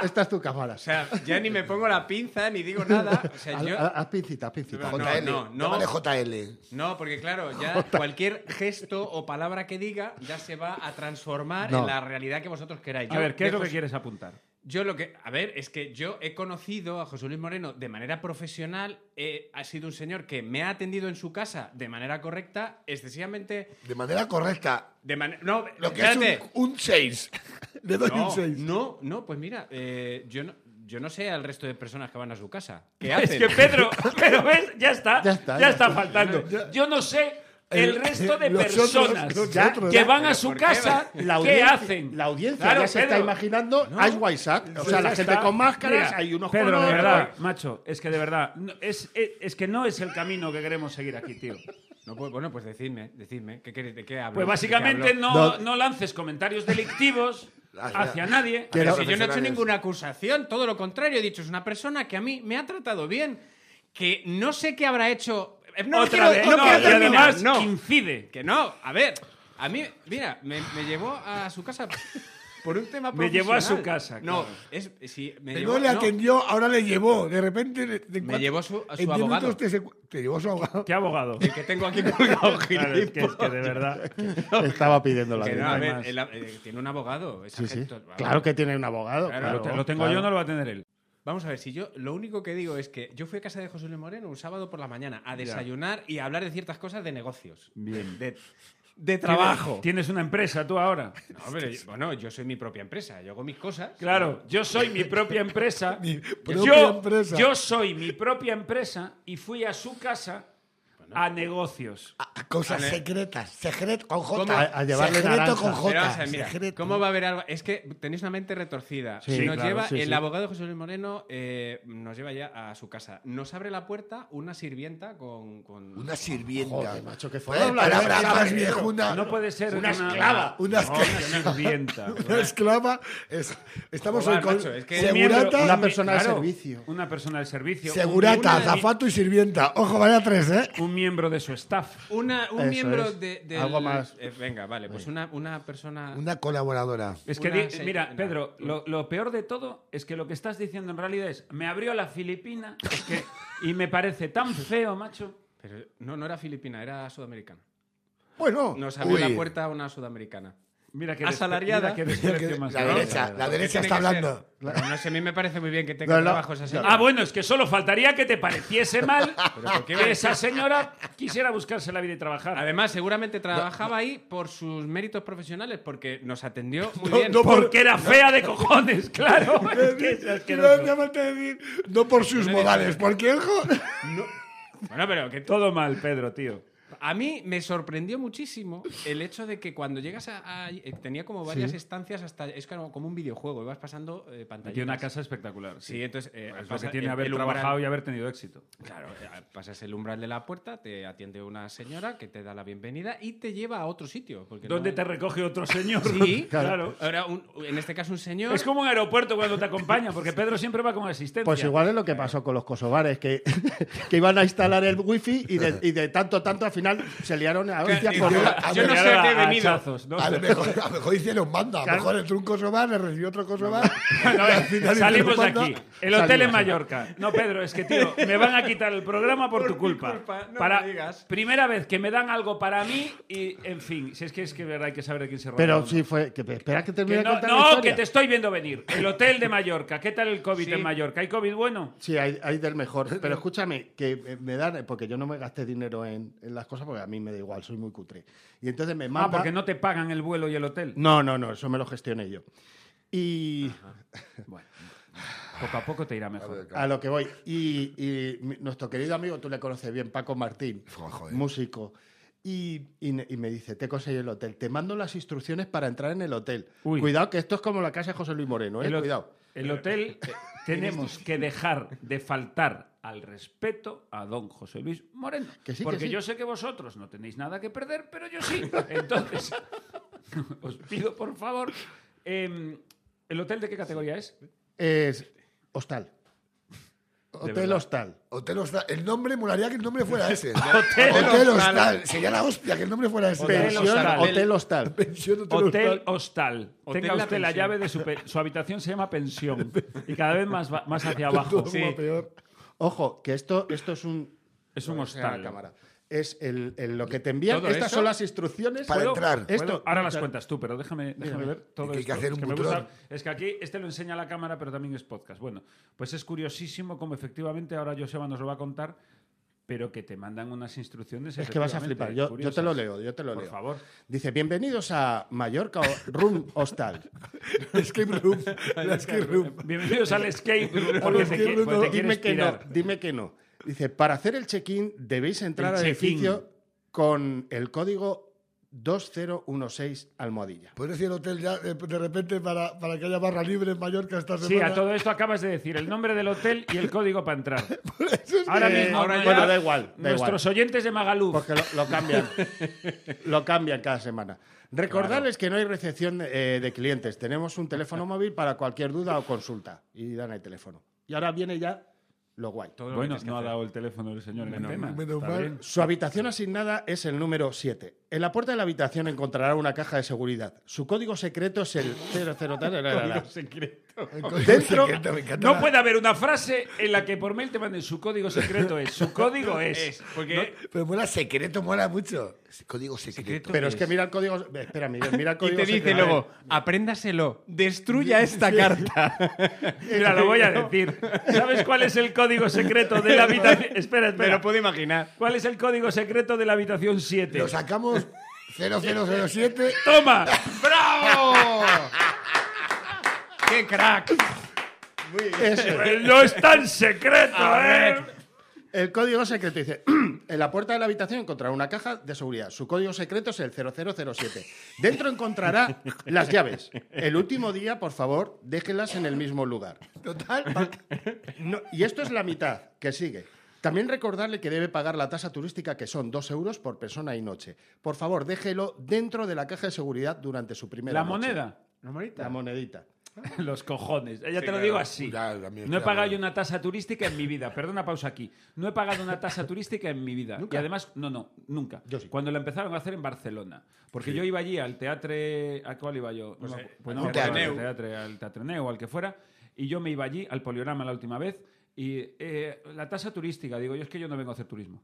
Esta es tu cámara.
O sea, ya ni me pongo la pinza ni digo nada. O sea,
Haz-
yo.
haz- haz pincita, haz pincita.
No,
JL.
no, no.
Llámale JL.
No, porque claro, ya cualquier gesto o palabra que diga ya se va a transformar
No.
en la realidad que vosotros queráis.
A
Yo
ver, ¿qué es lo
dejo-
que quieres apuntar?
Yo lo que. A ver, es que yo he conocido a José Luis Moreno de manera profesional. eh, ha sido un señor que me ha atendido en su casa de manera correcta, excesivamente.
De manera correcta.
De man- No,
Lo que
espérate.
es un- un 6. Le doy un
No,
6.
no, no, pues mira, eh, yo no. Yo no sé al resto de personas que van a su casa. ¿Qué hacen?
[LAUGHS] Es que Pedro, pero ves, ya está, ya
Ya
está,
está, ya
faltando. Yo no sé el
El-
resto de
los otros,
personas
los
ya,
otros,
que
ya.
van a
Pero
su
¿por qué
casa,
va?
La
¿qué
audiencia,
hacen?
la audiencia
Claro,
ya se está
Pedro. pues
imaginando Ice White Sack. O sea, la
Ya
gente
está.
con máscaras,
Mira,
hay unos
Pedro,
con
de
otros.
verdad, macho, es que de verdad, no, es, es, es que no es el camino que queremos seguir aquí, tío.
No, pues, bueno, pues decidme, decidme. ¿qué queréis- ¿De qué hablo?
Pues básicamente
¿De qué hablo?
no, no lances comentarios delictivos hacia nadie.
Que
Pero
los
si yo no he hecho
profesionales-
ninguna acusación, todo lo contrario, he dicho, es una persona que a mí me ha tratado bien, que no sé qué habrá hecho. Eh, No
Otra
quiero,
vez,
no
no,
quiero
y
terminar,
además
no.
incide.
Que no, a ver, a mí, mira, me, me llevó a su casa por un tema
Me llevó a su
profesional.
casa,
No,
claro.
es, si me
Primero
llevó,
le
no.
atendió, ahora le llevó. De repente. de- de
Me
cuatro-
llevó su- a su
en diez
abogado.
minutos Te, secu- te llevó su abogado.
¿Qué abogado?
El que tengo aquí
Claro,
colgado,
es que, es que
gilipollas.
de verdad.
[LAUGHS] Estaba pidiendo la
Que no,
vida.
a
hay
ver,
más.
el- eh, tiene un abogado. es
Sí, sí.
agente, vamos.
Claro que tiene un abogado.
Claro,
Claro,
Te- lo tengo yo, no lo va a tener él.
Vamos a ver, si yo lo único que digo es que yo fui a casa de José Luis Moreno un sábado por la mañana a desayunar y a hablar de ciertas cosas de negocios.
Bien.
De, de trabajo.
¿Tienes una empresa tú ahora?
No, pero yo- bueno, yo soy mi propia empresa, yo hago mis cosas.
Claro, yo soy mi propia empresa.
[LAUGHS] Mi propia
yo,
empresa.
yo soy mi propia empresa y fui a su casa a negocios.
A- a Ah, Cosas
Vale.
secretas. Secret con J.
¿Cómo? A-
a llevarle
secreto
naranja.
con
Pero
J.
vamos a ver, mira,
secreto.
¿cómo va a haber algo? Es que tenéis una mente retorcida.
Sí,
nos
claro,
lleva,
sí,
el
sí.
abogado José Luis Moreno eh, nos lleva ya a su casa. Nos abre la puerta una sirvienta con. con-
Una sirvienta.
Joder, macho, qué
Joder,
forma de hablar,
palabra
qué
más
caballero.
viejuna.
No puede ser una, [LAUGHS]
esclava, una
no, sirvienta.
[LAUGHS] Una esclava. Es- estamos
Joder,
hoy con
macho, es que-
segurata,
Una persona al servicio.
Una persona del servicio. un
segurata,
miembro de mi-
zafato y sirvienta. Ojo, vaya tres, ¿eh?
Un miembro de su staff.
Una- un
Eso
miembro
es.
de. del-
Algo más.
eh, venga, vale, pues una, una persona.
Una colaboradora.
Es que,
Una
di-
se-
mira,
una-
Pedro, lo, lo peor de todo es que lo que estás diciendo en realidad es, me abrió la Filipina es que- y me parece tan feo, macho.
Pero no, no era filipina, era sudamericana.
Bueno,
Nos abrió la
uy,
puerta una sudamericana.
Mira que
Asalariada.
mira que
mira
desprecio
que-
más
la
grande.
derecha, la derecha
Tiene
está
que ser.
hablando.
Bueno, no sé, a mí me parece muy bien que tenga
No, no.
trabajos así.
Ah, bueno, es que solo faltaría que te pareciese mal
¿por qué va a
que esa señora quisiera buscarse la vida y trabajar.
Además, seguramente trabajaba ahí por sus méritos profesionales, porque nos atendió muy
No,
bien.
no, por-
porque era fea de cojones, claro. Es que es asqueroso.
Pues
No, me falta decir, no por sus modales, porque ojo.
Bueno, pero que
Todo mal, Pedro, tío.
a mí me sorprendió muchísimo el hecho de que cuando llegas a... a- eh, tenía como varias estancias hasta... Es como, como un videojuego, ibas pasando eh, pantallas.
Y una casa espectacular.
Sí, entonces... eh,
Es lo
pasa
que tiene
el-
haber
el umbral-
trabajado y haber tenido éxito.
Claro, eh, pasas el umbral de la puerta, te atiende una señora que te da la bienvenida y te lleva a otro sitio. Porque
¿Dónde
no-
te recoge otro señor? [LAUGHS]
Sí,
claro.
Ahora, un- en este caso, un señor...
Es como un aeropuerto cuando te acompaña, porque Pedro siempre va con asistencia. [LAUGHS]
Pues igual es lo que pasó con los kosovares, que, [LAUGHS] que iban a instalar el wifi y de, y de tanto, tanto, al final se liaron a hostias por
[LAUGHS]
yo-
una-
a
yo
ver,
no sé
Llegar
a qué he
a
venido.
hachazos, ¿no?
A lo mejor, a lo mejor hicieron banda. A lo
Claro.
mejor entró un Kosovar, le recibió
[LAUGHS]
otro Kosovar. [LAUGHS]
Bueno,
y
eh,
al final
salimos de
hicieron
aquí.
banda.
El hotel
Salimos.
en Mallorca. No, Pedro, es que, tío, me van a quitar el programa por,
Por
tu
mi
culpa.
culpa, no
para
me digas.
Primera vez que me dan algo para mí y, en fin, si es que es que verdad hay que saber a quién se roba.
Pero
uno.
sí fue... Que, espera que
Que
termine de
no,
contar
no,
la historia.
que te estoy viendo venir. El hotel de Mallorca. ¿Qué tal el COVID
Sí.
en Mallorca? ¿Hay COVID bueno? Ah,
Sí, hay, hay del mejor. Pero escúchame, que me- me dan... Porque yo no me gasté dinero en, en las cosas porque a mí me da igual, soy muy cutre. Y entonces me manda...
Ah, porque no te pagan el vuelo y el hotel.
No, no, no, eso me lo gestioné yo. Y...
Bueno, poco a poco te irá mejor.
A lo que voy. Y, y mi- nuestro querido amigo, tú le conoces bien, Paco Martín,
Jo- joder.
músico. Y, y ne- y me dice, te conseguí el hotel, te mando las instrucciones para entrar en el hotel.
Uy.
Cuidado, que esto es como la casa de José Luis Moreno, ¿eh?
El, ho-
Cuidado.
el hotel [LAUGHS] eh, tenemos que dejar de faltar al respeto a don José Luis Moreno.
Que sí, que
porque
sí.
yo sé que vosotros no tenéis nada que perder, pero yo sí. Entonces, [LAUGHS] os pido por favor. em, ¿El hotel de qué categoría es?
Es hostal. Hotel
verdad.
hostal.
Hotel Hostal. El nombre, molaría que el nombre fuera ese.
[LAUGHS] Hotel
Hotel
Hostal.
Hostal. Sería la hostia que el nombre fuera ese.
Hotel
Pensión,
hostal.
hotel hostal.
Pensión Hotel
Hotel
Hostal.
hostal.
Hotel
Tenga
la
usted la,
pensión.
llave de su, pe- su habitación, se llama pensión. Y cada vez más, va- más hacia [LAUGHS] abajo.
Todo como peor.
Ojo, que esto, esto es un...
Es un
No, esa era la
hostal.
cámara. Es el, el- lo que te envían.
¿Todo
Estas
eso?
son las instrucciones.
Para
¿Puedo?
entrar.
Esto.
Puedo- ahora las cuentas tú, pero déjame, déjame ver todo
que hay que
esto.
hacer un
es, que me
butrón.
gusta- es que aquí este lo enseña la cámara, pero también es podcast. Bueno, pues es curiosísimo como efectivamente ahora Joseba nos lo va a contar, pero que te mandan unas instrucciones.
Es que vas a
efectivamente,
flipar. Yo, yo te
curiosas.
lo leo, yo te lo
Por
leo.
favor.
Dice, bienvenidos a Mallorca o- Room Hostal.
Escape Room. La Escape Room.
Bienvenidos
[LAUGHS]
al escape room, porque
Al
te,
escape
qui-
room,
porque
no.
te quieres
Dime que no,
tirar.
dime que no. Dice, para hacer el check-in debéis entrar
El
al
check-in.
edificio con el código 2016 Almohadilla.
¿Puedes decir el hotel ya eh, de repente para, para que haya barra libre en Mallorca esta semana?
Sí, a todo esto acabas de decir el nombre del hotel
[LAUGHS]
y el código para entrar. Ahora
Eh,
mismo,
ahora
ya
bueno, da igual, da
nuestros oyentes de Magaluf.
Porque lo,
[LAUGHS]
lo cambian. lo cambian cada semana. Recordarles que no hay recepción eh, de clientes. Tenemos
[LAUGHS]
un teléfono móvil para cualquier duda o consulta. Y dan el teléfono. Y ahora viene ya lo guay.
Todo lo que
Bueno,
tienes que
no ha
hacer.
dado el teléfono del señor en
Menos
antena.
mal, menos
Está
mal.
bien.
Su habitación asignada es el número 7. En la puerta de la habitación encontrará una caja de seguridad. Su código secreto es el 00 tal, tal, tal, tal.
Código secreto.
Dentro-
Me encanta
No
la-
puede haber una frase en la que por mail te manden su código secreto es. Su código es.
Es, porque
Pero mola secreto, mola mucho. Código secreto.
Secreto.
Pero es que mira el código. Espera, Miguel, mira el
[LAUGHS] y
código
te dice
secreto.
luego, apréndaselo, destruya esta
[LAUGHS]
carta.
Mira, lo voy a decir. ¿Sabes cuál es el código secreto de la habitación? Espera,
[LAUGHS] Me
espera.
lo puedo imaginar.
¿Cuál es el código secreto de la habitación 7? [LAUGHS]
Lo sacamos 0007.
¡Toma! [LAUGHS]
¡Bravo! ¡Qué crack!
Eso.
¡No es tan secreto, eh!
El código secreto dice, [CLEARS THROAT] en la puerta de la habitación encontrará una caja de seguridad. Su código secreto es el 0007. Dentro encontrará
[LAUGHS]
las llaves. El último día, por favor, déjelas en el mismo lugar.
Total. pa-
[LAUGHS] No, y esto es la mitad que sigue. También recordarle que debe pagar la tasa turística, que son 2 euros por persona y noche. Por favor, déjelo dentro de la caja de seguridad durante su primera
La
noche.
moneda.
La monedita.
[LAUGHS] Los cojones. Ya te lo digo así.
Ya, la mía
no he
está
pagado
buena.
yo una tasa turística en mi vida. Perdona, pausa aquí. No he pagado una tasa turística en mi vida. Y además, no, no, nunca.
Yo sí.
Cuando la empezaron a hacer en Barcelona. Porque yo iba allí al teatro. ¿A cuál iba yo? No me acu- pues no me
al
acuerdo,
Teatro
al teatro, al Teatro Neu, al que fuera. Y yo me iba allí, al Poliorama la última vez. Y eh, la tasa turística, digo, yo es que yo no vengo a hacer turismo.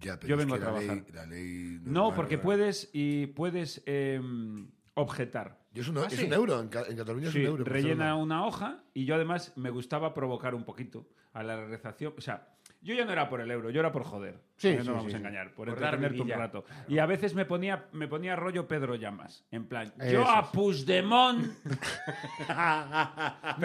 Ya, pero
Yo
es
vengo
que
a
la ley-
trabajar.
la ley
No,
normal,
porque
¿verdad?
puedes y puedes em, objetar.
Y es un, es un euro. En, Ca- en Cataluña
Ah, Sí,
es un euro. pues,
rellena
Barcelona.
una hoja y yo además me gustaba provocar un poquito a la rezación. O sea, yo ya no era por el euro, yo era por joder.
Sí,
Porque
sí,
no vamos
sí,
a
sí.
engañar, por,
Por dar
entretenerte un
vidilla.
rato. Y a veces me ponía, me ponía rollo Pedro Llamas. En plan,
Eso
yo a
sí. [LAUGHS]
Puigdemont
Pero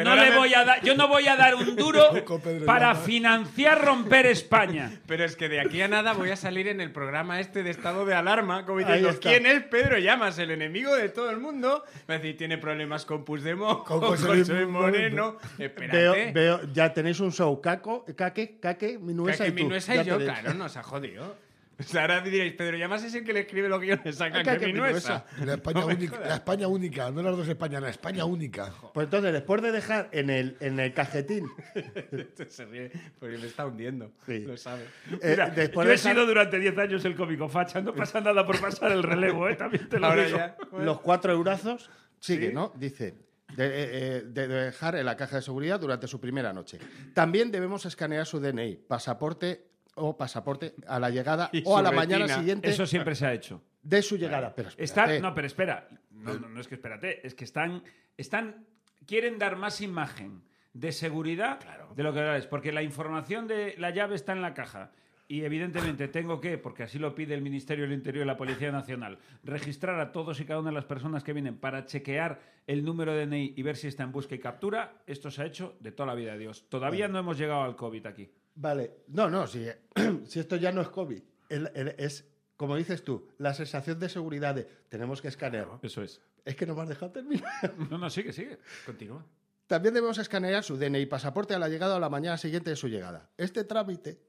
no
ahora
le
me-
voy a dar, yo no voy a dar un
[LAUGHS]
duro
Con Pedro
para
Llamas.
financiar romper España.
Pero es que de aquí a nada voy a salir en el programa este de estado de alarma, como
Ahí
diciendo,
está.
¿quién es Pedro Llamas? El enemigo de todo el mundo. Va a decir, tiene problemas con Puigdemont, con José, Luis Moreno. Espérate.
Veo, veo, ya tenéis un show caco, caque, caque,
que
minuesa
aquí
y tú.
Minuesa
Ya
y yo,
tenéis.
claro, nos ha jodido. O sea, ahora diréis, Pedro Llamas es el que le escribe los guiones a
Caque
Caque
Minuesa.
[LAUGHS] Minuesa.
La
[LAUGHS]
España,
No me
única,
jodas.
la España única. No las dos Españas, la España única.
Pues entonces, después de dejar en el, en el cajetín, eh,
[LAUGHS] Se ríe, porque me está hundiendo.
Sí.
Lo sabe.
eh,
Mira,
después
yo
de
he
dejar
sido durante 10 años el cómico facha, no pasa nada por pasar el relevo, ¿eh? también te lo
Ahora
digo.
ya.
los cuatro eurazos, sigue, ¿no? Dice, de, eh, eh, de dejar en la caja de seguridad durante su primera noche. También debemos escanear su DNI, pasaporte o pasaporte a la llegada
Y
o a
su
la
retina.
mañana siguiente
Eso siempre se ha hecho.
de su llegada. Pero
Está,
espérate.
no, pero espera. No, no, no es que espérate. Es que están. están quieren dar más imagen de seguridad de lo que ahora es. Porque la información de la llave está en la caja. Y evidentemente tengo que, porque así lo pide el Ministerio del Interior y la Policía Nacional, registrar a todos y cada una de las personas que vienen para chequear el número de DNI y ver si está en busca y captura. Esto se ha hecho de toda la vida de Dios. Todavía no hemos llegado al COVID aquí.
Vale, no, no, si, [CLEARS THROAT] si esto ya no es COVID, el- el- es, como dices tú, la sensación de seguridad de tenemos que escanear.
Eso es.
Es que no me has dejado terminar. [LAUGHS]
No, no, sigue, sigue. Continúa.
También debemos escanear su DNI y pasaporte a la llegada o la mañana siguiente de su llegada. Este trámite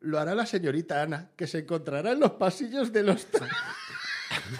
lo hará la señorita Ana, que se encontrará en los pasillos de los
[LAUGHS]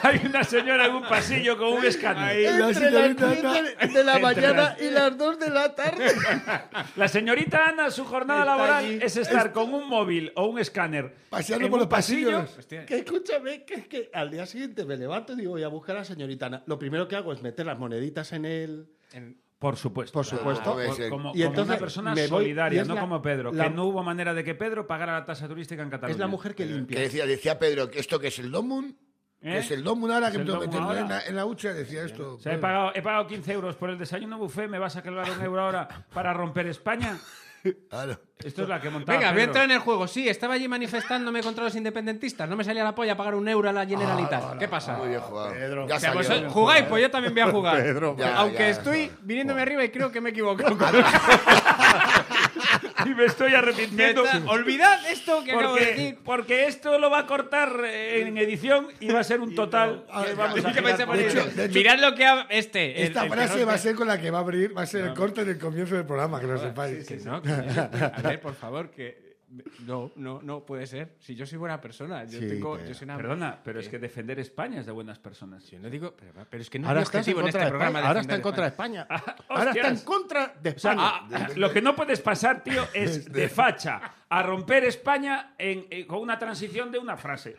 Hay una señora en un pasillo con un escáner.
la
entre las
señorita
10 de- de, la
Entre
mañana
las
y las 2 de la tarde. [LAUGHS]
La señorita Ana, su jornada
Está
laboral
allí.
es estar con un móvil o un escáner.
Paseando
en
por
un Pues
los pasillos.
Hostia,
Que escúchame, que, que al día siguiente me levanto y digo, voy a buscar a la señorita Ana. Lo primero que hago es meter las moneditas en el...
en-
Por supuesto.
Por supuesto.
puede ser.
como,
Y
como
entonces
una persona
me voy- y
solidaria,
es
no
la-
como Pedro,
la-
que no hubo manera de que Pedro pagara la tasa turística en Cataluña.
Es la mujer que
Que
limpia.
decía, decía Pedro, que esto que es el Domun,
¿Eh?
que es el Domun ahora
¿Es
que
el
me tengo que
Domun
meterlo
ahora?
en la, en la hucha, decía esto.
O sea, he,
Pedro.
pagado, he pagado 15 euros por el desayuno buffet, ¿me vas a calvar un euro ahora para romper España?
Claro.
Esto es la que montaba
Venga, voy a
Pedro.
entrar en el juego. Sí, estaba allí manifestándome contra los independentistas. No me salía la polla a pagar un euro a la Generalitat. ¿Qué pasa?
Muy
Ah,
bien jugado.
Pedro.
Ya
O sea,
salió.
vosotros jugáis, pues yo también voy a jugar.
Pedro.
Ya,
Aunque
ya,
estoy
ya.
viniéndome arriba y creo que me he equivocado.
y me estoy
Me
arrepintiendo.
está- Olvidad esto que acabo de
Porque,
decir.
porque esto lo va a cortar eh, en edición y va a ser un total que
[LAUGHS]
vamos a
¿Qué vais
girar
a
por
poner?
De
ello.
hecho- de hecho-
Mirad lo que ha... Este. el-
Esta
el que
frase
no-
va a ser con la que va a abrir, va a ser el corte del comienzo del programa, que lo sepáis.
Que no, que no. A ver, por favor, que... No, no, no puede ser. Si yo soy buena persona, yo
Sí,
tengo...
pero-
Yo soy una...
Perdona, pero es que defender España es de buenas personas.
Yo no digo... Pero, pero es que no
Ahora
es
está
mi
en
objetivo en
contra
este
de
programa
España. Ahora está
defender
en contra de
España.
España.
[LAUGHS]
Ahora está en
hostias.
contra de
O sea,
España.
ah, lo que no puedes pasar,
[LAUGHS]
tío, es de facha a romper España en- eh, con una transición de una frase.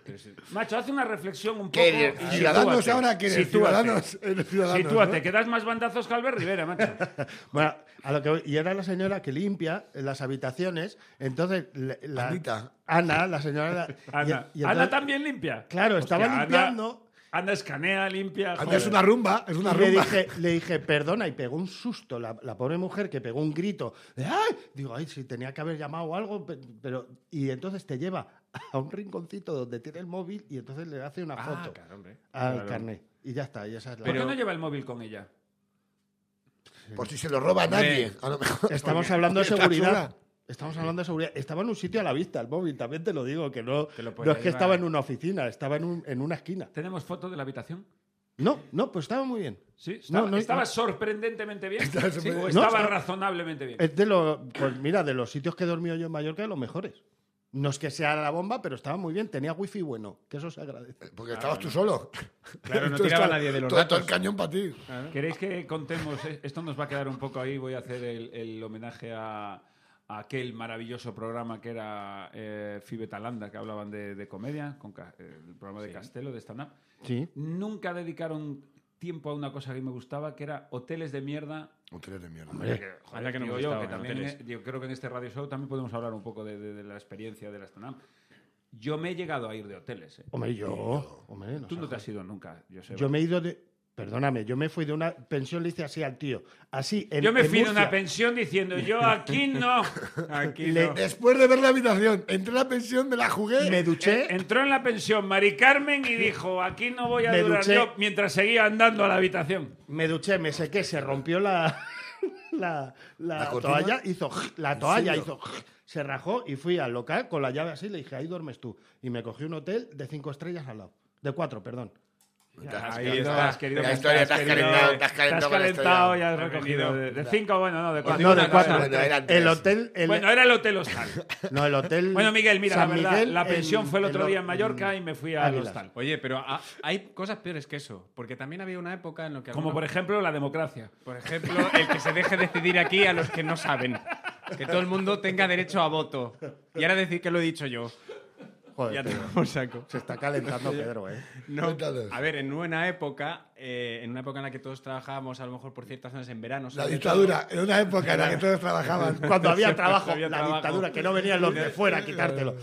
Macho, hace una reflexión un poco.
¿Qué eres?
y
Ah, Ciudadanos
sitúate.
ahora, ¿qué eres?
Sitúate.
Ciudadanos, eres ciudadano,
Sitúate,
¿no?
que das más bandazos que Albert Rivera, macho.
ah.
Bueno, a lo que voy- y era la señora que limpia las habitaciones, entonces la, la-
Anita.
Ana, la señora
[LAUGHS]
la-
Ana,
[LAUGHS] y- y
Ana
entonces-
también limpia.
Claro, estaba
Ana-
limpiando.
Ana, escanea,
[LAUGHS]
limpia.
Anda,
joder.
es una rumba, es una
y le
rumba.
dije, le dije, perdona, y pegó un susto la, la pobre mujer que pegó un grito. de, ¡Ay! Digo, ay, si tenía que haber llamado o algo, pe- pero. Y entonces te lleva a un rinconcito donde tiene el móvil y entonces le hace una foto
Ah, claro, hombre.
al
claro.
carnet. Y ya está, y esa es la.
¿Por qué
Pero-
no lleva el móvil con ella?
Por si se lo roba a nadie. A lo
[LAUGHS]
mejor.
Estamos
Porque-
hablando de
porque está
seguridad.
sola.
Estamos hablando de seguridad. Estaba en un sitio a la vista, el móvil, también te lo digo, que no,
Te lo
no
podía
es que
llevar.
estaba en una oficina, estaba en, un- en una esquina.
¿Tenemos foto de la habitación?
No, no, pues estaba muy bien.
Sí, estaba,
No, no,
estaba
no.
sorprendentemente bien.
Estaba
Sí,
sorprendente.
o
No,
estaba
está-
razonablemente bien.
Es de los, pues mira, de los sitios que he dormido yo en Mallorca, de los mejores. No es que sea la bomba, pero estaba muy bien, tenía wifi bueno, que eso se agradece.
Porque estabas tú solo.
Claro,
[LAUGHS]
no
Tú
tiraba
estabas-
nadie de los
todo- Todo el
datos.
cañón para ti.
¿Queréis que contemos? eh? Esto nos va a quedar un poco ahí. Voy a hacer el, el homenaje a, a aquel maravilloso programa que era eh, Fibe Talanda, que hablaban de, de comedia, con Ca- eh, el programa de Castelo, de stand-up.
Sí.
Nunca dedicaron tiempo a una cosa que me gustaba, que era hoteles de mierda.
Un tren de mierda.
Ojalá que no me
digo yo,
gustaba
que
en
también,
hoteles.
eh, yo creo que en este radio show también podemos hablar un poco de, de- de la experiencia de la stand-up. Yo me he llegado a ir de hoteles. eh.
Hombre, yo. Hombre, no
Tú
seas
no te has ido nunca, Joseba.
Yo me he ido de. Perdóname, yo me fui de una pensión, le hice así al tío. Así, en
Yo me
en
fui de una
Murcia.
pensión diciendo, yo aquí no.
Aquí
Le-
no.
Después de ver la habitación, entré a la pensión, me la jugué.
Me duché.
Entró en la pensión Mari Carmen y dijo, aquí no voy a
Me
durar
duché.
yo, mientras seguía andando a la habitación.
Me duché, me sequé, se rompió la, [LAUGHS] la, la
¿La cortina?
toalla, hizo la
¿En
toalla,
serio?
hizo se rajó y fui al local con la llave así, le dije, ahí duermes tú. Y me cogí un hotel de cinco estrellas al lado, de cuatro, perdón.
Ahí
querido-
estás, querido.
La historia, te has
querido-
calentado, te has calentado
te
con
has
la
calentado y
historia.
has recogido.
Bienvenido.
De, de cinco, bueno, no, de cuatro.
No, de
Ah, no,
cuatro.
no, no, eran tres.
el hotel... El,
Bueno, era el hotel hostal.
[LAUGHS]
no, el hotel...
Bueno, Miguel, mira,
San
la verdad,
Miguel
la pensión fue el otro día en Mallorca y
en
me fui al
Águilas.
hostal.
Oye, pero a- hay cosas peores que eso. Porque también había una época en la que...
Como
algunos-
por ejemplo la
[LAUGHS]
democracia.
Por ejemplo, el que se deje decidir aquí a los que no saben. Que todo el mundo tenga derecho a voto. Y ahora decir que lo he dicho yo.
Joder,
Ya te
Pedro,
por saco.
se está
[LAUGHS]
calentando Pedro, ¿eh?
No,
Cuéntanos.
a ver, en una época, eh, en una época en la que todos trabajábamos a lo mejor por ciertas zonas en verano.
La
sobre
dictadura, en una época
[LAUGHS]
en la que todos trabajaban.
Cuando había trabajo,
había
la
trabajo.
dictadura, que no venían los de fuera
[LAUGHS]
a quitártelo.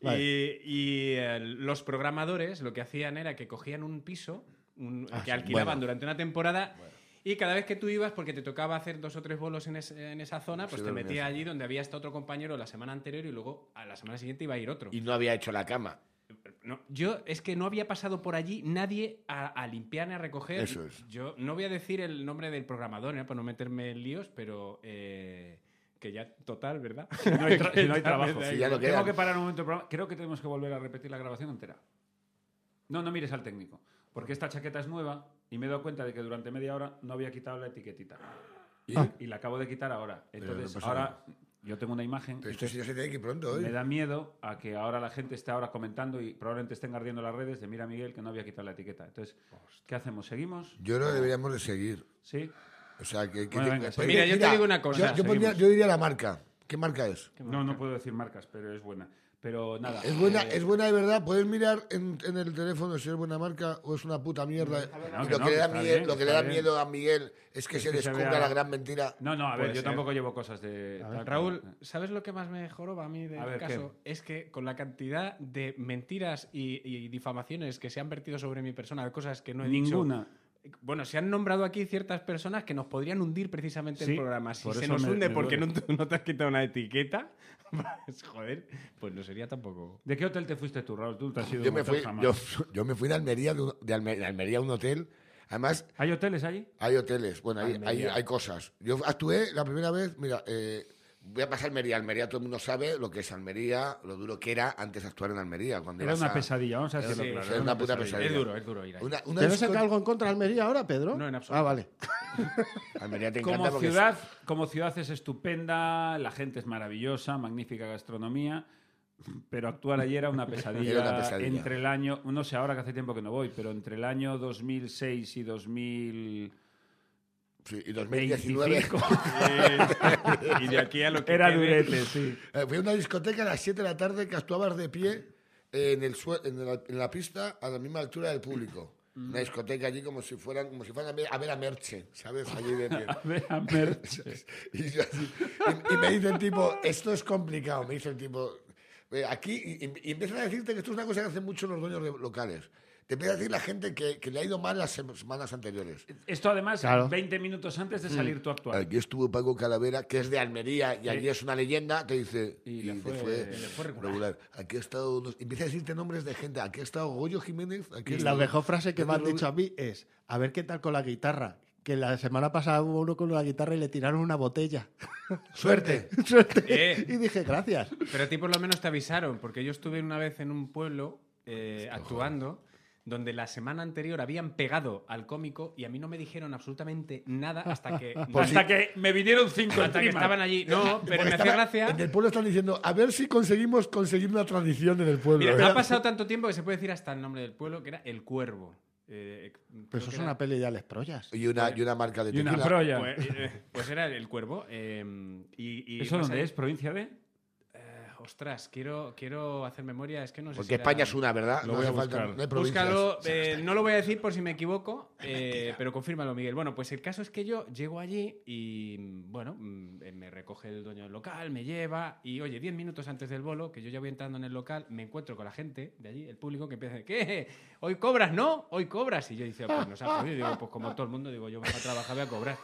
Y, y, eh, los programadores lo que hacían era que cogían un piso un-
Ah, sí,
que alquilaban
bueno.
durante una temporada y cada vez que tú ibas, porque te tocaba hacer dos o tres bolos en, es- en esa zona, pues
Sí,
te
lo
metía
mismo.
allí donde había estado otro compañero la semana anterior y luego a la semana siguiente iba a ir otro.
no había hecho la cama.
No, yo es que no había pasado por allí nadie a, a limpiar ni a recoger.
Eso es.
Yo no voy a decir el nombre del programador, ¿eh? para no meterme en líos, pero eh, que ya total, ¿verdad?
[LAUGHS] No hay tra-
[LAUGHS]
no hay trabajo.
Sí, ya no
Tengo
quedan.
que parar un momento el programa. Creo que tenemos que volver a repetir la grabación entera. No, no mires al técnico. Porque esta chaqueta es nueva y me he dado cuenta de que durante media hora no había quitado la etiquetita. Y,
Ah.
y la acabo de quitar ahora.
Eh, no
Entonces,
pasa
ahora yo tengo una imagen.
Pero esto sí se tiene que ir pronto
Me
hoy.
da miedo a que ahora la gente esté ahora comentando y probablemente estén ardiendo las redes de mira Miguel que no había quitado la etiqueta. Entonces, ¿qué hacemos? ¿Seguimos?
Yo creo que deberíamos de seguir.
¿Sí?
O sea, que... que-
Bueno, venga, sí.
Mira, yo te digo una cosa,
Yo, yo pondría-
seguimos.
yo diría la marca. ¿Qué marca es?
No, no puedo decir marcas, pero es buena. Pero nada.
¿Es buena,
eh,
es buena de verdad. Puedes mirar en, en el teléfono si es buena marca o es una puta mierda.
no,
Y
que
lo
no,
que le
que
da,
está
Miguel-
bien,
lo que le
está
da
bien.
miedo a Miguel es que se
que se
descubra
vea-
la gran mentira.
No, no, a ver,
Puede
yo
ser.
tampoco llevo cosas de. tal,
Raúl,
como- eh,
¿sabes lo que más me joroba a mí del
A ver,
caso? Es que con la cantidad de mentiras y, y difamaciones que se han vertido sobre mi persona, de cosas que no he
Ninguna.
dicho. Bueno, se han nombrado aquí ciertas personas que nos podrían hundir precisamente
Sí,
el programa. Si
por
se
eso
nos
me-
hunde
me
porque no,
duele.
no te has quitado una etiqueta, [LAUGHS] pues, joder, pues no sería tampoco.
¿De qué hotel te fuiste tú, Raúl? Tú no te has ido a
Yo
un
me,
hotel
fui,
jamás.
yo, yo me fui de Almería, de, un- de Alme- de Almería a un hotel. Además,
¿Hay hoteles allí?
hay hoteles, bueno, hay, hay,
Almería.
hay cosas. Yo actué la primera vez, mira, eh, Voy a pasar a Almería. Almería, todo el mundo sabe lo que es Almería, lo duro que era antes de actuar en Almería. Cuando
Era
ibas
una
a-
pesadilla, vamos a hacerlo
sí,
claro.
sí,
era
una puta
Es
pesadilla.
duro, es duro ir ahí.
Una, una
¿Te ves
disco-
algo en contra de Almería ahora, Pedro?
No, en absoluto.
Ah, vale.
Almería te encanta
Como
porque es-
ciudad, como ciudad es estupenda, la gente es maravillosa, magnífica gastronomía, pero actuar allí era una pesadilla,
Era una pesadilla.
entre el año, no sé ahora que hace tiempo que no voy, pero entre el año 2006 y 2025
sí, y 2019.
[LAUGHS] y de aquí a lo que
era
quede-
durete, sí.
Eh, Fui a una discoteca a las 7 de la tarde que actuabas de pie eh, en, el sue- en, la, en la pista a la misma altura del público. Una discoteca allí como si fueran, como si fueran a ver a, ver a Merche, ¿sabes? Allí de pie.
A ver, a ver.
[LAUGHS] y, yo así- y- y me dice el tipo, esto es complicado, me dice el tipo, eh, aquí, y, y- y empiezan a decirte que esto es una cosa que hacen mucho los dueños de locales. Te empieza a decir la gente que, que le ha ido mal las sem- semanas anteriores.
Esto además
Claro.
20 minutos antes de
Mm.
salir tú a actuar.
Aquí estuvo Paco Calavera, que es de Almería y allí es una leyenda, te dice.
Y le
te
fue- le fue regular.
Aquí ha estado. unos- empieza a decirte nombres de gente. Aquí ha estado Goyo Jiménez. Aquí ha
La
estado-
mejor frase que me han
Pedro
dicho a mí es, a ver qué tal con la guitarra. Que la semana pasada hubo uno con una guitarra y le tiraron una botella. [LAUGHS]
[LAUGHS]
¡Suerte!
Suerte.
Eh.
Y dije, gracias.
Pero a ti por lo menos te avisaron, porque yo estuve una vez en un pueblo eh, actuando donde la semana anterior habían pegado al cómico y a mí no me dijeron absolutamente nada [LAUGHS] hasta que,
Hasta que me vinieron cinco
hasta que
encima.
estaban allí. No, pero
Porque
me hacía
estaba-
gracia.
En el pueblo están diciendo, a ver si conseguimos conseguir una tradición en el pueblo.
Mira,
¿verdad?
ha pasado tanto tiempo que se puede decir hasta el nombre del pueblo, que era El Cuervo. Eh, creo
Pero eso
que
es
era-
una peli de Alex Proyas.
Y una, y una marca de
Y una
tequila.
proya.
Pues, eh, pues era El Cuervo. eh, y, y
¿Eso
vas
dónde
ahí.
es? ¿Provincia de?
Eh, Ostras, quiero, quiero hacer memoria, es que no sé si
Porque
era-
España es una, ¿verdad?
Lo
no
voy
hace
a
falta.
buscar.
No hay provincias.
Búscalo, eh, no lo voy a decir por si me equivoco, eh, pero confírmalo, Miguel. Bueno, pues el caso es que yo llego allí y, mm, bueno, mm, eh, me recoge el dueño del local, me lleva y, oye, 10 minutos antes del bolo, que yo ya voy entrando en el local, me encuentro con la gente de allí, el público, que empieza a decir, ¿qué? ¿Hoy cobras, no? ¿Hoy cobras? Y yo dice, "Ah, pues nos ha jodido. Y digo, pues como todo el mundo, digo, yo voy a trabajar, voy
[LAUGHS]
a cobrar.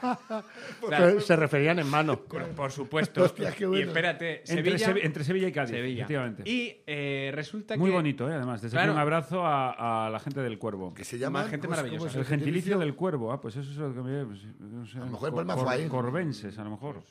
Claro,
Pero Se referían en mano.
por, por supuesto.
Pues, Hostia, qué bueno.
Y espérate,
Entre,
Sevilla...
Sevi- entre Sevilla y Cádiz,
Sevilla.
efectivamente.
Y eh, resulta
Muy
que...
bonito, ¿eh? además. Desde aquí
Claro.
un abrazo a, a la gente del Cuervo.
Que se llama.
Más gente
¿cómo es-
maravillosa.
cómo es este
El gentilicio del Cuervo. Ah, pues eso es lo que me... pues, no sé,
A lo mejor
cor-
el problema
cor-
fue ahí.
Corbenses, a lo mejor.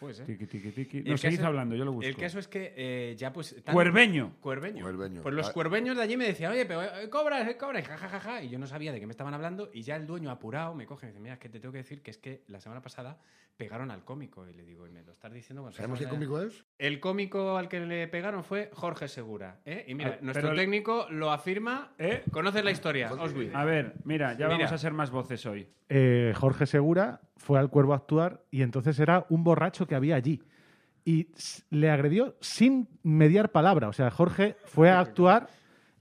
Puede ser.
Tiqui, tiqui, tiqui.
El
No,
caso
seguís
es-
hablando, yo lo busco.
El caso es que eh, ya pues... tan-
Cuerveño.
Cuerveño.
Cuerveño.
Pues los
Ah.
cuerveños de allí me decían, oye, pero eh, cobras, eh, cobras, ja, ja, ja, ja. Y yo no sabía de qué me estaban hablando y ya el dueño apurado me coge y me dice, mira, es que te tengo que decir que es que la semana pasada pegaron al cómico. Y le digo, y me lo estás diciendo... cuando
¿Sabemos qué
estamos allá".
cómico es?
El cómico al que le pegaron fue Jorge Segura. ¿eh? Y mira,
Ah,
nuestro
pero-
técnico lo afirma.
¿Eh?
Conoces la historia, Osby.
A ver, mira, ya
Mira.
vamos a ser más voces hoy.
eh, Jorge Segura fue al cuervo a actuar y entonces era un borracho que había allí. Y s- le agredió sin mediar palabra. O sea, Jorge fue a actuar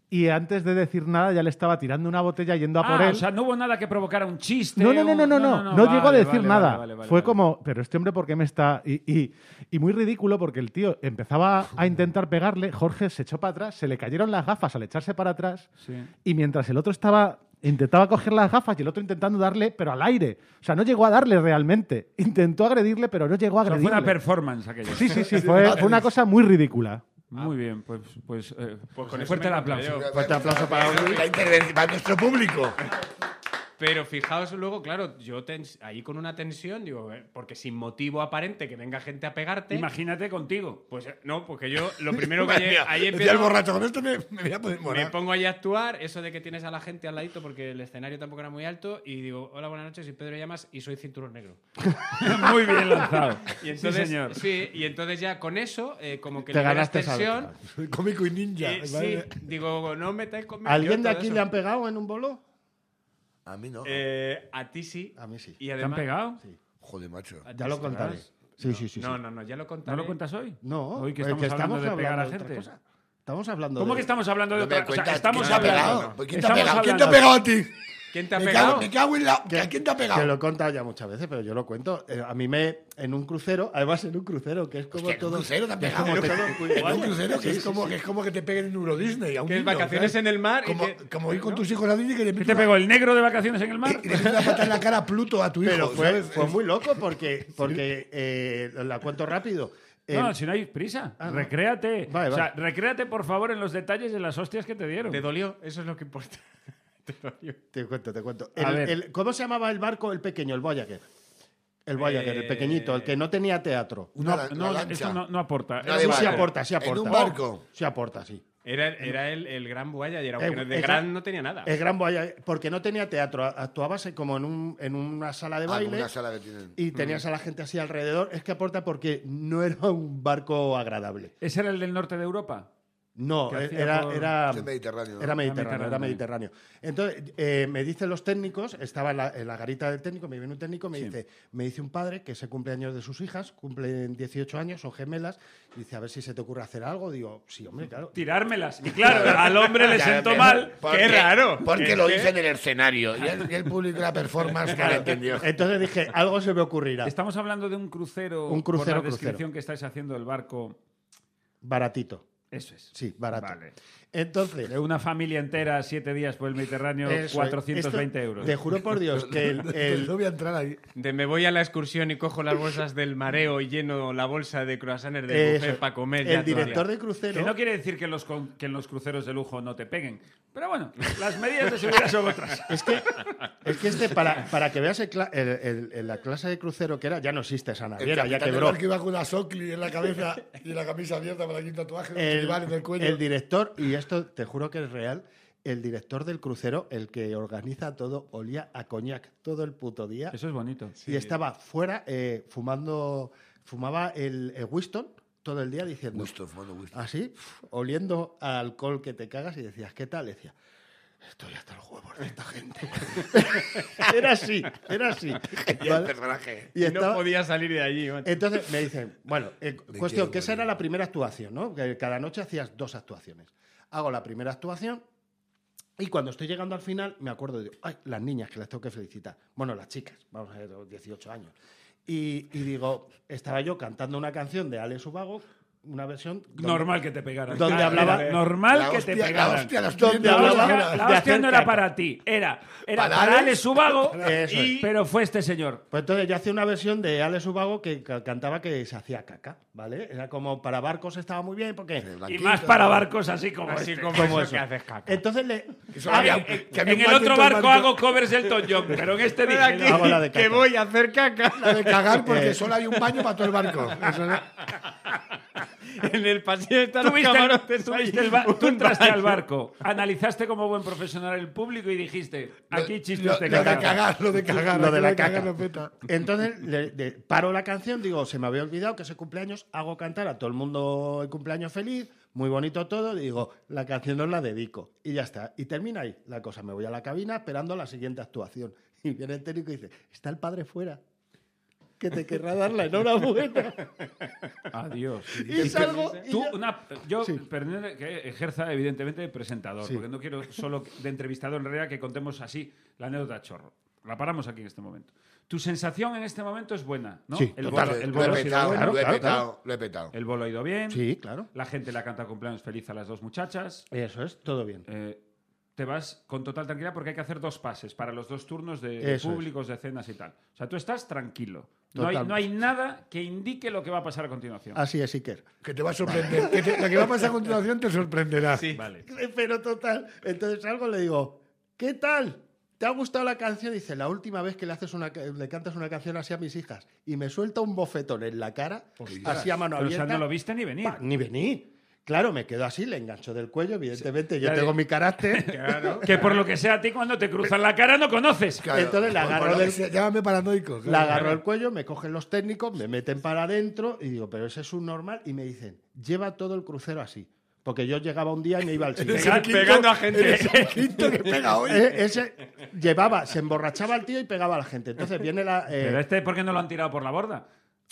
y antes de decir nada ya le estaba tirando una botella yendo a por
Ah, este
él.
o sea, no hubo nada que provocara un chiste.
No, no, no,
un-
no, no, no, no llegó a
vale,
decir
vale,
nada.
vale, vale, vale,
Fue
vale.
como, pero este hombre, ¿por qué me está...? Y, y- y muy ridículo porque el tío empezaba a intentar pegarle, Jorge se echó para atrás, se le cayeron las gafas al echarse para atrás
Sí.
y mientras el otro estaba... Intentaba coger las gafas y el otro intentando darle, pero al aire. O sea, no llegó a darle realmente. Intentó agredirle, pero no llegó a
O sea,
agredirle.
fue una performance aquello.
sí, sí, sí. Fue, fue una cosa muy ridícula.
Muy bien, pues, pues, eh,
con eso
fuerte el
me
aplauso.
encontré
Fuerte aplauso para Osby.
La intervención- para nuestro público.
Pero fijaos luego, claro, yo tens- ahí con una tensión, digo, eh, porque sin motivo aparente que venga gente a pegarte.
Imagínate contigo. [LAUGHS]
Pues eh, no, porque yo
[LAUGHS]
lo primero que
Madre
ayer,
mía,
ayer
decía el
empiezo-
borracho, con esto me, me voy a poner
me
¿eh?
moral.
pongo ahí a actuar, eso de que tienes a la gente al ladito porque el escenario tampoco era muy alto y digo, hola, buenas noches, soy Pedro Llamas y soy cinturón negro.
Muy bien lanzado.
Y entonces,
sí, señor.
sí, y entonces ya con eso, eh, como que
Te
liberas
ganaste esa
tensión.
vez.
Soy Cómico y ninja.
eh, sí,
¿vale?
digo, no os metáis conmigo.
¿Alguien de
yo todo
aquí
eso.
le han pegado en un bolo?
A mí no.
Eh, a ti sí.
A mí sí.
Y
¿Te han
además,
pegado?
Joder, macho.
a ti
Ya lo
sí,
contaré.
además.
Sí, sí, sí. sí.
No, no, no, ya lo
¿No
contaré.
lo cuentas hoy?
No,
Hoy que
es
estamos, hablando de pegar a
otra
gente.
cosa. Estamos hablando
¿Cómo
de-
que estamos hablando de
No me
otra cosa?
cuentas,
estamos
¿quién te ha
hablando.
pegado? ¿Quién te ha
Estamos
pegado? ¿Quién te ha
hablando-
pegado a ti?
¿Quién te ha
Me
pegado?
cago, me cago en la. ¿A quién te ha
Que lo he
pegado?
contado ya muchas veces, pero yo lo cuento. Eh, A mí me, en un crucero, además en un crucero, que es como
Hostia, en un
todo...
crucero te han
que es
pegado.
como todo-
En un crucero que
Sí,
es
sí,
como-
sí.
que es como que te peguen en Euro Disney. a un
Que es
niño,
vacaciones
¿sabes?
en el mar y
Como,
que-
como ir con
¿no?
tus hijos a Disney que le
¿Qué
metes
te pegó el negro de vacaciones en el mar?
Y le metes una patada en la cara a Pluto a tu hijo.
Pero fue,
¿sabes?
fue muy loco porque, porque eh, la cuento rápido. Eh,
No, si no hay prisa.
Ah, no.
recréate.
Vale,
o sea, recréate, por favor, en los detalles de las hostias que te dieron.
¿Te dolió? Eso es lo que importa. Te dolió.
Te cuento, te cuento.
A
El-
ver.
el- ¿Cómo se llamaba el barco, el pequeño, el Voyager? El Voyager, el pequeñito, el que no tenía teatro.
Una
no,
la- la
no,
lancha.
esto no, no aporta.
No,
Es
sí,
un
barco.
sí
barco.
aporta, sí
En un
aporta.
barco.
Sí aporta, sí.
Era, era el, el gran Voyager,
Eh,
aunque de
esa-
gran no tenía nada.
El gran Voyager, porque no tenía teatro, a- actuabas como en, un- en una sala de
Ah, como
baile
una sala que tienen.
y tenías a la gente así alrededor. Es que aporta porque no era un barco agradable.
¿Ese era el del norte de Europa?
No, eh,
Que hacía
era,
por-
era,
Es el Mediterráneo. ¿no?
Era
Mediterráneo.
mediterráneo, era mediterráneo. Entonces, eh, me dicen los técnicos, estaba en la, en la garita del técnico, me viene un técnico, me dice, me dice un padre que se cumple años de sus hijas, cumplen 18 años, son gemelas, y dice, a ver si se te ocurre hacer algo. Digo, sí, hombre, claro.
Tirármelas. Y claro, al hombre le
[LAUGHS] Ya,
sentó
pero-
mal. Eh,
¿por
¡Qué raro!
Porque
Es
lo
que-
hice en el escenario. Y el, y el público, la performance, no lo entendió.
Entonces dije, algo se me ocurrirá.
Estamos hablando de un crucero.
Un
Por
crucero,
la
crucero.
descripción que estáis haciendo del barco.
Baratito.
Eso es.
Sí, barato.
Vale.
Entonces,
De una familia entera, siete días por el Mediterráneo,
eso es.
420
Esto-
euros.
Te juro por Dios que el- el,
voy a entrar ahí.
De me voy a la excursión y cojo las bolsas del mareo y lleno la bolsa de croissants del
Eso.
buffet para comer. ya
eh, el
todo el
director
día.
de crucero
Que no quiere decir que, en los con- que en los cruceros de lujo no te peguen. Pero bueno, las medidas de
[LAUGHS]
seguridad son otras.
Es que, es que este, para, para que veas el cla- el- el- el- la clase de crucero que era, ya no existe esa naviera, ya quebró.
que iba con una socli en la cabeza y la camisa abierta para aquí un tatuaje, un
El,
chirival en el cuello.
el director, y esto te juro que es real, el director del crucero, el que organiza todo, olía a coñac todo el puto día
Eso es bonito.
y estaba fuera eh, fumando, fumaba el, el Winston todo el día diciendo,
Gusto, fumando gusto.
así, pf, oliendo a alcohol que te cagas y decías, ¿qué tal? Y decía, estoy hasta el huevo de esta gente. [LAUGHS] era así, era así.
Y el
¿vale?
personaje.
Y
Y
estaba-
no podía salir de allí. macho.
Entonces me dicen, bueno, eh,
Me
cuestión,
quedo
que esa
con
era
él.
la primera actuación, ¿no? Que cada noche hacías dos actuaciones. Hago la primera actuación y cuando estoy llegando al final me acuerdo de, ay, las niñas que las tengo que felicitar. Bueno, las chicas, vamos a ver, los 18 años. Y, y digo, estaba yo cantando una canción de Ale Subago, una versión... donde-
Normal que te pegaran.
Donde
Ah,
hablaba-
era Normal
La
que
hostia,
te pegaran.
La hostia, la hostia.
Donde
La
hablaba-
hostia, la
de
hostia no
hacer
era
caca.
para ti, era, era
¿Para
para,
Alex?
Ale Subago,
Eso
y-
es.
pero fue este señor.
Pues entonces yo hacía una versión de Ale Subago que ca- cantaba que se hacía caca, ¿vale? Era como para barcos estaba muy bien porque...
Y más para barcos así como
Así
este.
como,
como
eso
eso.
que haces caca.
Entonces le... [LAUGHS]
Eso
Ah,
había-
eh,
que había
en
un
el otro
maldito
barco,
barco-
hago covers del Tom John, pero en este
Ven
dije,
aquí,
no.
hago la de
que
caca.
voy a hacer caca.
La de cagar porque
Eh.
solo hay un baño para todo el barco. Eso no-
en el pasillo están
Tú
los
viste el-
camarotes.
tú
ahí,
viste el ba- tú
un
entraste al
baño.
barco, analizaste como buen profesional el público y dijiste, aquí chistes
lo,
de
lo
caca.
de cagar, lo de cagar.
Lo de
aquí
la
cagar
caca.
no peta.
Entonces le- le- paro la canción, digo, se me había olvidado que ese cumpleaños hago cantar a todo el mundo el cumpleaños feliz, muy bonito todo, digo, la canción os la dedico y ya está. Y termina ahí la cosa, me voy a la cabina esperando la siguiente actuación. Y viene el técnico y dice, está el padre fuera, que te querrá dar la enhorabuena.
Adiós.
[LAUGHS] y salgo y
Tú,
ya-
una, yo,
Sí.
perdón, que ejerza evidentemente de presentador,
Sí.
porque no quiero solo que- de entrevistador en realidad que contemos así la anécdota chorro. La paramos aquí en este momento. Tu sensación en este momento es buena, ¿no?
Sí,
el,
Total,
bolo, el,
lo he
bolo ha sido
petado,
bueno,
lo he
claro,
petado, lo he petado.
el bolo ha ido bien,
Sí, claro.
la gente la canta cumpleaños feliz a las dos muchachas.
Eso es, todo bien.
eh, te vas con total tranquilidad porque hay que hacer dos pases para los dos turnos de, de
Eso es.
públicos, de cenas y tal. O sea, tú estás tranquilo. No hay,
Total.
no hay nada que indique lo que va a pasar a continuación.
Así es, Iker.
Que te va a sorprender. que te- lo que va a pasar a continuación te sorprenderá.
Sí.
Vale.
[LAUGHS] Pero total, entonces salgo y le digo, ¿qué tal? ¿Te ha gustado la canción? Dice, la última vez que le, haces una, ca- le cantas una canción así a mis hijas y me suelta un bofetón en la cara, así a mano
Pero, o sea,
abierta.
no lo viste ni venir.
pa, ni vení. Claro, me quedo así, le engancho del cuello, evidentemente, yo
ya
tengo
vi.
mi carácter.
Claro.
[LAUGHS] Que por lo que sea a ti cuando te cruzan la cara no
[LAUGHS]
conoces.
Claro,
Entonces le
por- por
agarro
lo
del-
que sea, Llámame paranoico.
La agarro el cuello, me cogen los técnicos, me meten para adentro y digo, pero ese es un normal. Y me dicen, lleva todo el crucero así. Porque yo llegaba un día y me
[LAUGHS]
iba al siguiente.
Pega- pegando a gente.
[LAUGHS] Quinto que pega hoy.
Eh, ese llevaba, se emborrachaba al tío y pegaba a la gente. Entonces viene la. eh,
Pero este, ¿por qué no lo han tirado por la borda?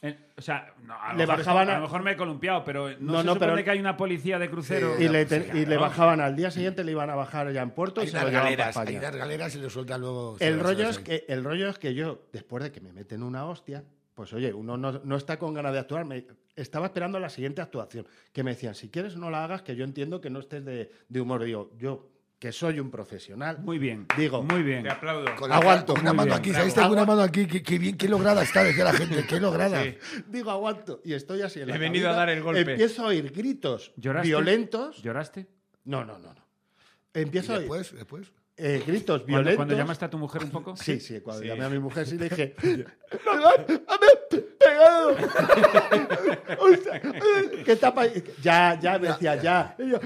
Eh, o sea, no, a, lo
Le
mejor
bajaban
esto- a
a-
lo mejor me he columpiado, pero no,
No,
se
no,
supone
pero-
que hay una policía de crucero.
Sí,
y, le, te-
Claro.
y le bajaban al día siguiente, le iban a bajar ya en puerto y
Hay
se lo
unas
llevaban para
galeras, hay
España.
unas galeras y le sueltan luego. se
El
las-
rollo,
se
es
las-
que, el rollo es que yo, después de que me meten una hostia, pues oye, uno no, no está con ganas de actuar. Me, estaba esperando la siguiente actuación, que me decían, si quieres no la hagas, que yo entiendo que no estés de, de humor. Digo, yo, que soy un profesional,
Muy bien.
Digo.
Muy bien.
Te aplaudo.
Con la-
Aguanto.
Una
Muy
mano
bien,
aquí,
bravo.
¿sabes? Tengo una mano aquí. Qué, qué bien, qué lograda está, decía la gente. Qué lograda.
[LAUGHS] digo, aguanto. Y estoy así en la
He venido
cabina,
a dar el golpe.
Empiezo a oír gritos
¿Lloraste?
violentos.
¿Lloraste?
No, no, no, no.
Y
Empiezo a oír-
después, después.
eh, gritos
Cuando,
violentos.
cuando llamaste a tu mujer un poco.
Sí, sí, cuando
Sí.
llamé a mi mujer sí le dije, ¡Nos la han pe- pegado! [LAUGHS] O sea, ¿Qué tapa? Ya, ya, me decía, ya. Y yo,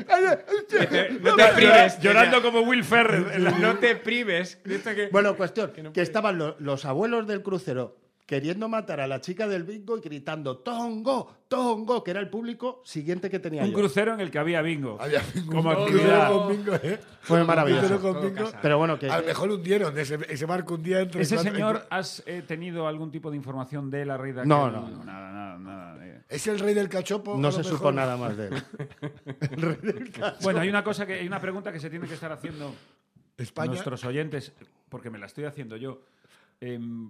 No te prives.
Llorando como Will Ferrell.
[LAUGHS] No te prives. Esto que-
Bueno, cuestión, que,
no
estaban lo- los abuelos del crucero queriendo matar a la chica del bingo y gritando, ¡Tongo! ¡Tongo! Que era el público siguiente que tenía
Un
yo.
crucero en el que había bingo.
Había
Como
[LAUGHS] un
actividad.
crucero con bingo, ¿eh?
Fue
Crucero
maravilloso.
con bingo.
Pero bueno, que...
A lo mejor hundieron ese, ese barco un día entre
¿Ese
cuatro-
señor has eh, tenido algún tipo de información de la redacción?
No, no, no.
Nada, nada, nada. eh.
Es el rey del cachopo. a
No
lo
se
mejor.
supo nada más de él.
Bueno, hay una cosa que hay una pregunta que se tiene que estar haciendo
España.
nuestros oyentes, porque me la estoy haciendo yo. Em,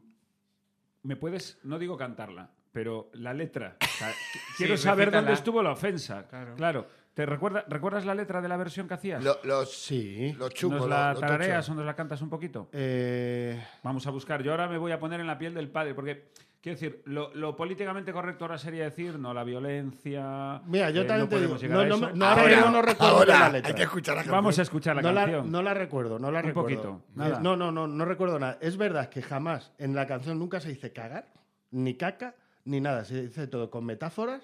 me puedes, no digo cantarla, pero la letra. O
[LAUGHS]
sea, quiero
Sí,
saber
recítala.
dónde estuvo la ofensa.
Claro.
Claro. ¿Te recuerda, recuerdas la letra de la versión que hacías?
lo- los,
Sí.
los chungos.
¿Nos la
los- los
tarareas
tochos.
o nos la cantas un poquito?
Eh,
Vamos a buscar. Yo ahora me voy a poner en la piel del padre, porque quiero decir, lo, lo políticamente correcto ahora sería decir no la violencia.
Mira, yo
eh,
también
no
te
podemos
digo,
llegar
no,
a
no,
eso.
no, ahora
Ahora,
mismo no recuerdo
ahora,
la letra.
Hay que escuchar a Javier.
vamos a escuchar la
no, la,
canción.
no la recuerdo, no la
Un
recuerdo.
poquito, nada.
Eh, No, no, no, no recuerdo nada. Es verdad que jamás en la canción nunca se dice cagar, ni caca, ni nada. Se dice todo con metáforas.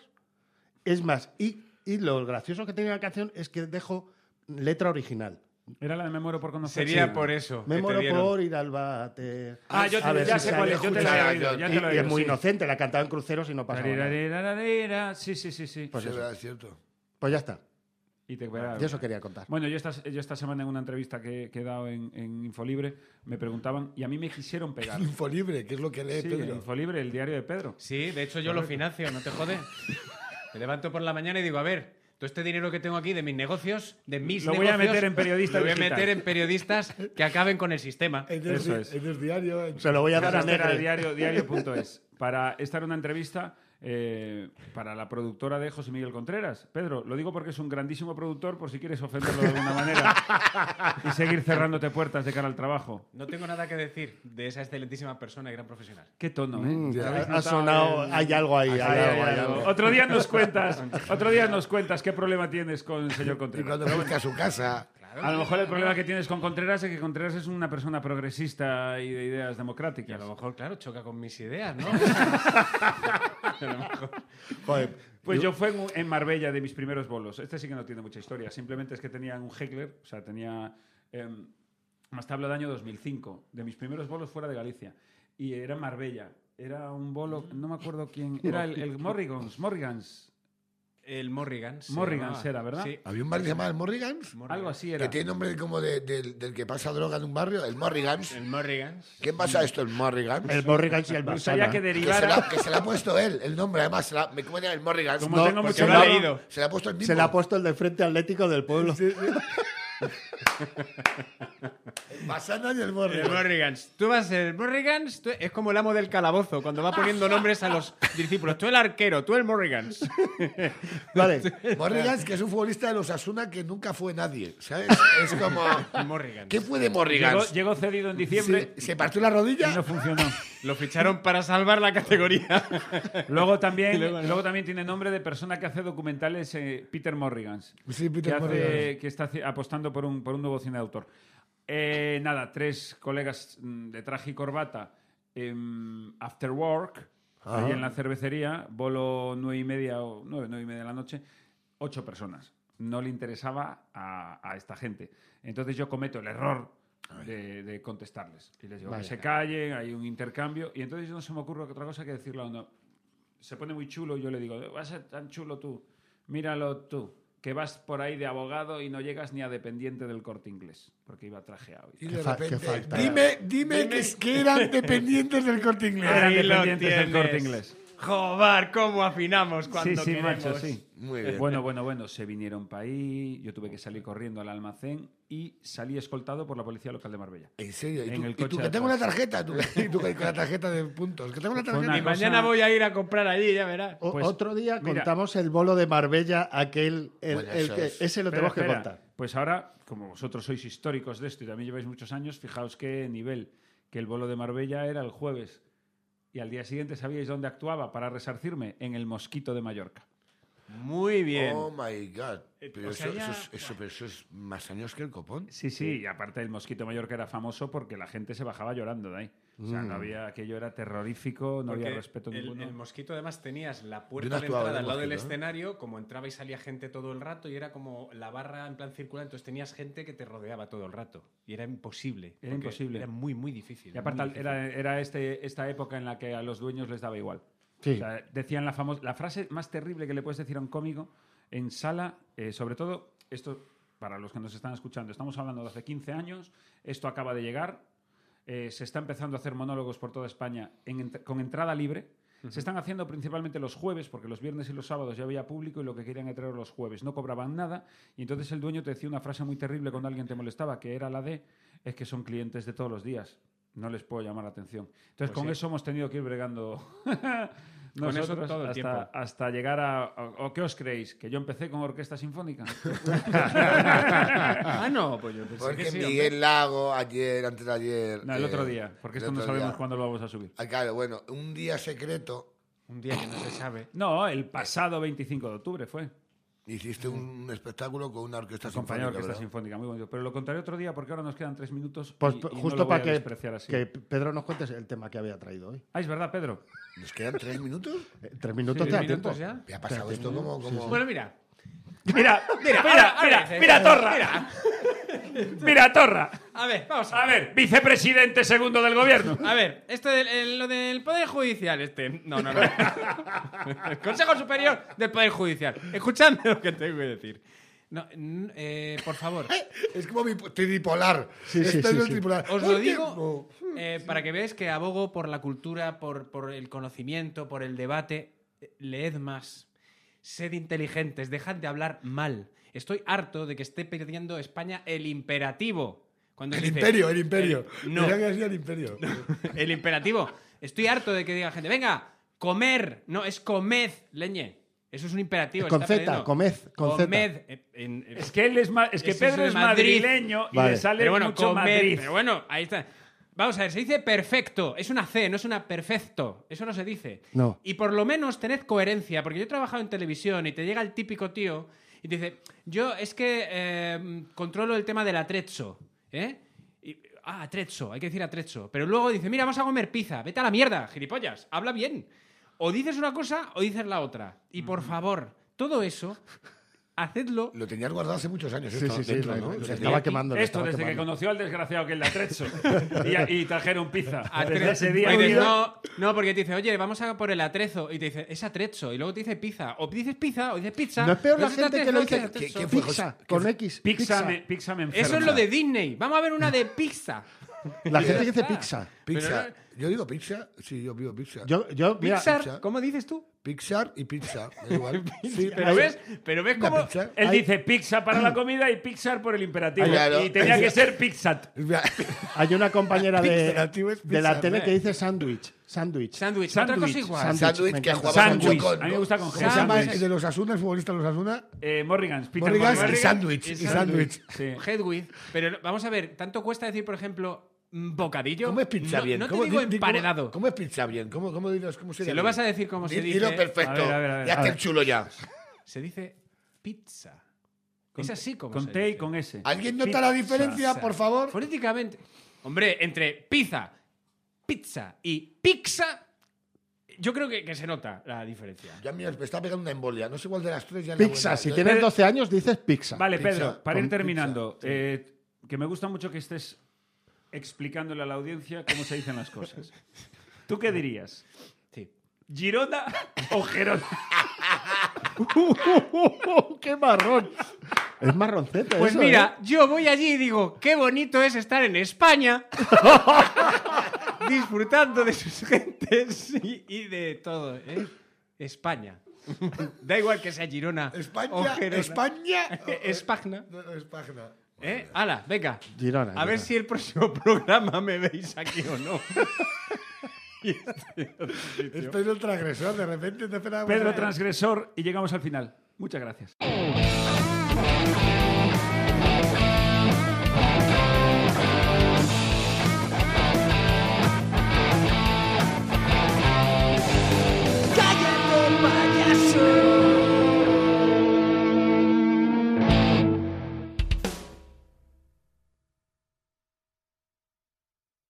Es más, y, y lo gracioso que tiene la canción es que dejo letra original.
Era la de Me muero por conocer.
Sería por eso. que
Me
te
muero
dieron.
por ir al bate.
Ah, yo te-
A ver
ya sé
si sale.
cuál es. Yo te la he oído.
Y-
Ya te la he
Y, y es
oído,
muy
sí.
inocente, la cantaba en cruceros y no pasaba nada.
Tarararararara. Sí, sí, sí, sí.
Pues
Sí,
eso.
es cierto.
Pues ya está.
Y te verá.
Yo eso quería contar.
Bueno, yo esta, yo esta semana en una entrevista que, que he dado en, en Infolibre me preguntaban y a mí me quisieron
[LAUGHS]
pegar. sí,
Infolibre, que es lo que lee
en
Pedro.
Infolibre, el diario de Pedro.
Sí, de hecho yo lo financio, no te jode. Me levanto por la mañana y digo, a ver, todo este dinero que tengo aquí de mis negocios, de mis
Lo voy
negocios...
a meter en periodistas
Lo voy a
digital. Eh.
meter en periodistas que acaben con el sistema.
En el,
Eso
di-
es.
en el diario. en-
Se lo voy a dar a
Este era
Negre.
diario,
[LAUGHS]
diario.es. Para estar en una entrevista eh, para la productora de José Miguel Contreras. Pedro, lo digo porque es un grandísimo productor, por si quieres ofenderlo de alguna manera
[LAUGHS]
y seguir cerrándote puertas de cara al trabajo.
No tengo nada que decir de esa excelentísima persona y gran profesional.
Qué tono, ¿eh? ¿Habéis
Mm,
eh,
ha- ha
notado
sonado,
el-
hay algo ahí, hay
Ahí hay
algo, hay
algo.
algo.
Otro día nos cuentas, otro día nos cuentas qué problema tienes con el señor
Y
Contreras.
cuando fuiste a su casa.
A lo mejor el problema que tienes con Contreras es que Contreras es una persona progresista y de ideas
Y a
democráticas.
lo mejor, claro, choca con mis
[LAUGHS]
ideas, ¿no?
Joder,
Pues yo fui en, un- en Marbella de mis primeros bolos. Este sí que no tiene mucha historia. Simplemente es que tenía un heckler, o sea, tenía... em, más tabla del año 2005, de mis primeros bolos fuera de Galicia. Y era en Marbella. Era un bolo, no me acuerdo quién... Era el, el Morrigans, Morrigans.
El Morrigan. se
Morrigan
llamaba.
era, ¿verdad? Ah,
Sí.
Había un bar que se llamaba el Morrigans.
Morrigan.
Algo así
Que
era.
tiene nombre como de- del- del que pasa droga en un barrio. El Morrigans.
El Morrigan.
¿Quién pasa esto? El Morrigans.
el Morrigan y el
Me gustaría
Barsana.
que
Que se, la,
derivara...
que se la ha puesto él, el nombre, además. Se la, me como el Morrigan.
Como
No,
tengo
porque
mucho
lo ha
valor-
leído.
Se la ha puesto el mismo.
Se la ha puesto el del Frente Atlético del Pueblo.
Basana y el
El
Morrigan.
Morrigans. Tú vas el Morrigans, tú- es como el amo del calabozo, cuando va poniendo nombres a los discípulos. Tú el arquero, tú el Morrigans.
Vale,
Morrigans, que es un futbolista de los Asuna que nunca fue nadie. ¿Sabes? Es como.
El Morrigans.
¿Qué fue de
Llegó,
Morrigans?
llegó cedido en diciembre
Se, se partió la
y no
rodilla.
funcionó.
Lo ficharon para salvar
[LAUGHS]
la categoría.
Luego
[LAUGHS]
también,
luego
luego,
no.
también tiene nombre de persona que hace documentales eh, Peter Morrigans.
Sí,
que,
Peter
hace-
Morrigans.
que está haci- apostando por un, por un nuevo cine de autor. Eh, nada, tres colegas mm, de traje y corbata. em, after Work, ahí en la cervecería, bolo nueve y media o nueve, nueve y media de la noche, ocho personas. No le interesaba a, a esta gente. Entonces yo cometo el error de, de contestarles. Y les digo que se callen, hay un intercambio. Y entonces no se me ocurre otra cosa que decirle a uno, se pone muy chulo y yo le digo, vas a ser tan chulo tú, míralo tú, que vas por ahí de abogado y no llegas ni a dependiente del corte inglés, porque iba trajeado. y
Y
tal.
de
Qué fa- qué
repente.
falta.
Dime, dime, que, es que eran dependientes del corte inglés.
Eran
Ahí lo
dependientes del
tienes.
corte inglés.
Jobar, cómo afinamos
Sí,
cuando
sí,
queremos.
macho, sí.
Muy bien.
Bueno, bueno, bueno, se vinieron para ahí, yo tuve que salir corriendo al almacén y salí escoltado por la policía local de Marbella.
En serio. Y
En
tú,
el
y tú
coche
que
de
tengo una
atrás.
tarjeta. Tú, y tú que con la tarjeta de puntos. Que tengo una
Fue una
tarjeta.
Y mañana
cosa-
voy a ir a comprar allí, ya verás.
o-
Pues,
otro día
mira.
contamos el bolo de Marbella, aquel, el,
Bueno,
el
eso
que,
es.
ese lo
Espera,
tenemos que
espera.
contar.
Pues ahora, como vosotros sois históricos de esto y también lleváis muchos años, fijaos qué nivel. Que el bolo de Marbella era el jueves y al día siguiente sabíais dónde actuaba para resarcirme en el Mosquito de Mallorca.
Muy bien.
Oh my God.
Eh,
Pero,
o sea,
eso,
ya-
eso es, eso- pero eso es más años que el copón.
Sí, sí, y aparte el mosquito mayor que era famoso porque la gente se bajaba llorando de ahí. O sea, no había, aquello era terrorífico, no
Mm. Porque
había respeto
el,
ninguno.
el mosquito, además, tenías la
Yo no
puerta de
actuaba
entrada
del
al lado del
mosquito, ¿eh?
escenario, como entraba y salía gente todo el rato, y era como la barra en plan circular, entonces tenías gente que te rodeaba todo el rato. Y era imposible.
Era
porque
imposible.
Era muy, muy difícil.
Y aparte
muy [LAUGHS] difícil.
era, era este, esta época en la que a los dueños les daba igual. O sea, decían la famosa, la frase más terrible que le puedes decir a un cómico en sala, eh, sobre todo, esto para los que nos están escuchando, estamos hablando de hace 15 años, esto acaba de llegar, eh, se está empezando a hacer monólogos por toda España en ent- con entrada libre. Se están haciendo principalmente los jueves, porque los viernes y los sábados ya había público y lo que querían era traer los jueves. No cobraban nada y entonces el dueño te decía una frase muy terrible cuando alguien te molestaba, que era la de, es que son clientes de todos los días, no les puedo llamar la atención. Entonces con eso hemos tenido que ir bregando
Pues
[LAUGHS]
Con eso
nosotros
todo el
hasta,
tiempo.
hasta llegar a... O, o qué os creéis? ¿Que yo empecé con orquesta
[LAUGHS]
sinfónica?
Ah, no, pues yo pensé
Porque
que sí, hombre.
Miguel Lago, ayer, antes de ayer.
No, el otro
eh,
día, porque
el
esto no
otro
sabemos
día.
cuándo lo vamos a subir.
Ah, claro, bueno, un día secreto
Un día que no se sabe.
No, el pasado 25 de octubre fue.
hiciste un espectáculo con una orquesta
Acompañado de
sinfónica,
orquesta
¿verdad?
sinfónica, muy bonito. Pero lo contaré otro día porque ahora nos quedan tres minutos.
Pues
y-
p-
y no
justo
lo voy
para
a
que,
despreciar así.
que Pedro nos cuentes el tema que había traído hoy.
Ah, es verdad,
[LAUGHS]
Pedro.
¿Nos quedan tres minutos?
Eh, Tres minutos
¿Tres
te da tiempo.
minutos ya?
¿Me ha pasado esto como.? como...
Bueno, mira.
Mira, mira, mira, mira, mira, Torra. Mira, Torra.
A ver, vamos
A ver, vicepresidente segundo del gobierno.
A ver, esto del, el- lo del Poder Judicial, este.
[LAUGHS]
No, no, no. El Consejo Superior del Poder Judicial. Escuchadme lo que tengo que decir. No, n- eh, por favor,
Es como mi tripolar.
Sí, sí,
Esto
sí,
es un
sí.
tripolar.
os lo
¡Ay,
digo eh, para que veáis que abogo por la cultura, por, por el conocimiento, por el debate. Eh, Leed más. Sed inteligentes, dejad de hablar mal. Estoy harto de que esté perdiendo España el imperativo. Cuando
qué- El
dice-
imperio, el imperio.
el- no.
Mira que hacía el imperio.
[LAUGHS] El imperativo. Estoy harto de que diga gente, venga, comer. No, es comed, leñe. Eso es un imperativo.
Es con
está
Z,
perdiendo.
comed, con Z.
Comed, eh, en- en-
Es que él es, ma- es que
Ese es
Pedro
de
es
Madrid.
madrileño y le
Vale.
sale
pero bueno,
mucho
comed.
Madrid.
Pero bueno, ahí está. Vamos a ver, se dice perfecto. Es una C, no es una perfecto. Eso no se dice.
No.
Y por lo menos tened coherencia, porque yo he trabajado en televisión y te llega el típico tío y te dice, yo es que eh, controlo el tema del atrezzo, ¿eh? Y, ah, atrezzo, hay que decir atrezzo. Pero luego dice, mira, vamos a comer pizza, vete a la mierda, gilipollas, habla bien. O dices una cosa o dices la otra. Y por favor, todo eso, hacedlo
Lo tenías guardado hace muchos años.
Sí,
esto,
sí, sí.
dentro,
lo-
¿no?
lo-
O
lo
sea,
estaba quemando. lo
Esto
estaba
desde que
quemando.
conoció al desgraciado que es la Trezzo. y, y trajeron pizza. Desde
Atre-
ese día
Y dices,
olvidó-
no, no, porque te dice, oye, vamos a por el atrezo. Y te dice, es atrezo. Y luego te dice pizza. O dices pizza, o dices pizza.
No es peor
pero
la gente que
atrezo,
lo
es
dice
atrezo.
¿Qué- qué fue?
pizza con X.
Pizza me, pizza me enferma.
Eso es lo de Disney. Vamos a ver una de pizza.
La gente que dice
está.
pizza.
Pizza.
Pero
Yo digo pizza. Sí, yo digo pizza.
Yo, yo, mira,
Pixar,
pizza.
¿cómo dices tú?
Pixar y pizza. da
[LAUGHS]
Igual. Sí,
Pero
ahí-
ves, pero ves
una
cómo.
pizza.
Él
Hay-
dice pizza para la comida y Pixar por el imperativo.
Ah, claro.
Y tenía que ser pizza.
Mira,
[LAUGHS]
hay una compañera de,
Pizza, tío, es
de la
pizza,
tele
hombre.
que dice sándwich. Sándwich.
Sándwich, otra
Sándwich,
cosa igual.
sándwich.
Sándwich
me
que
encanta.
jugaba mucho
Sándwich.
con.
A mí me gusta con G,
¿Cómo se llama
sándwich.
el de los Asuna, el futbolista de los Asuna?
Eh, Morrigan, Peter
Morrigan
Morrigan.
y sándwich. Y sándwich.
Sí.
Hedwig. Pero vamos a ver, tanto cuesta decir, por ejemplo, mm, bocadillo.
¿Cómo es pizza
No-
bien?
No te
¿Cómo,
digo
di- di- cómo-
emparedado.
¿Cómo es pizza bien? ¿Cómo, cómo dirás? ¿Cómo se
Si lo vas a decir como se dice.
Dilo perfecto.
A ver, a ver, a ver.
Ya
A
está el
ver.
chulo ya.
Se dice pizza. es así como
Con
se
T y
dice.
con S.
¿Alguien nota la diferencia, por favor?
Fonéticamente. Hombre, entre pizza, pizza y pizza, yo creo que, que se nota la diferencia.
Ya mira, me está pegando una embolia. No sé cuál de las tres ya le
Pizza.
hago
Si
ya-
tienes 12 años, dices pizza.
Vale,
Pizza,
Pedro, para
con
ir terminando,
pizza, sí.
eh, que me gusta mucho que estés explicándole a la audiencia cómo se dicen las cosas. ¿Tú qué
[LAUGHS]
dirías?
Sí.
¿Girona o Gerona?
¡Oh, ¡Qué marrón! Es marroncete
Pues
eso, ¿eh?
mira, yo voy allí y digo, qué bonito es estar en
[LAUGHS]
España disfrutando de sus gentes y, y de todo. ¿eh? España. da igual que sea Girona o
España.
Gerona.
España.
[LAUGHS] Espagna.
No, no, Espagna.
¿Eh? Ala, venga.
¿eh? Girona.
A ver
Girona.
si el próximo [LAUGHS] programa me veis aquí o no. Y estoy en otro sitio.
Esto Este es un transgresor. De repente te esperaba.
Pedro Transgresor y llegamos al final. Muchas gracias.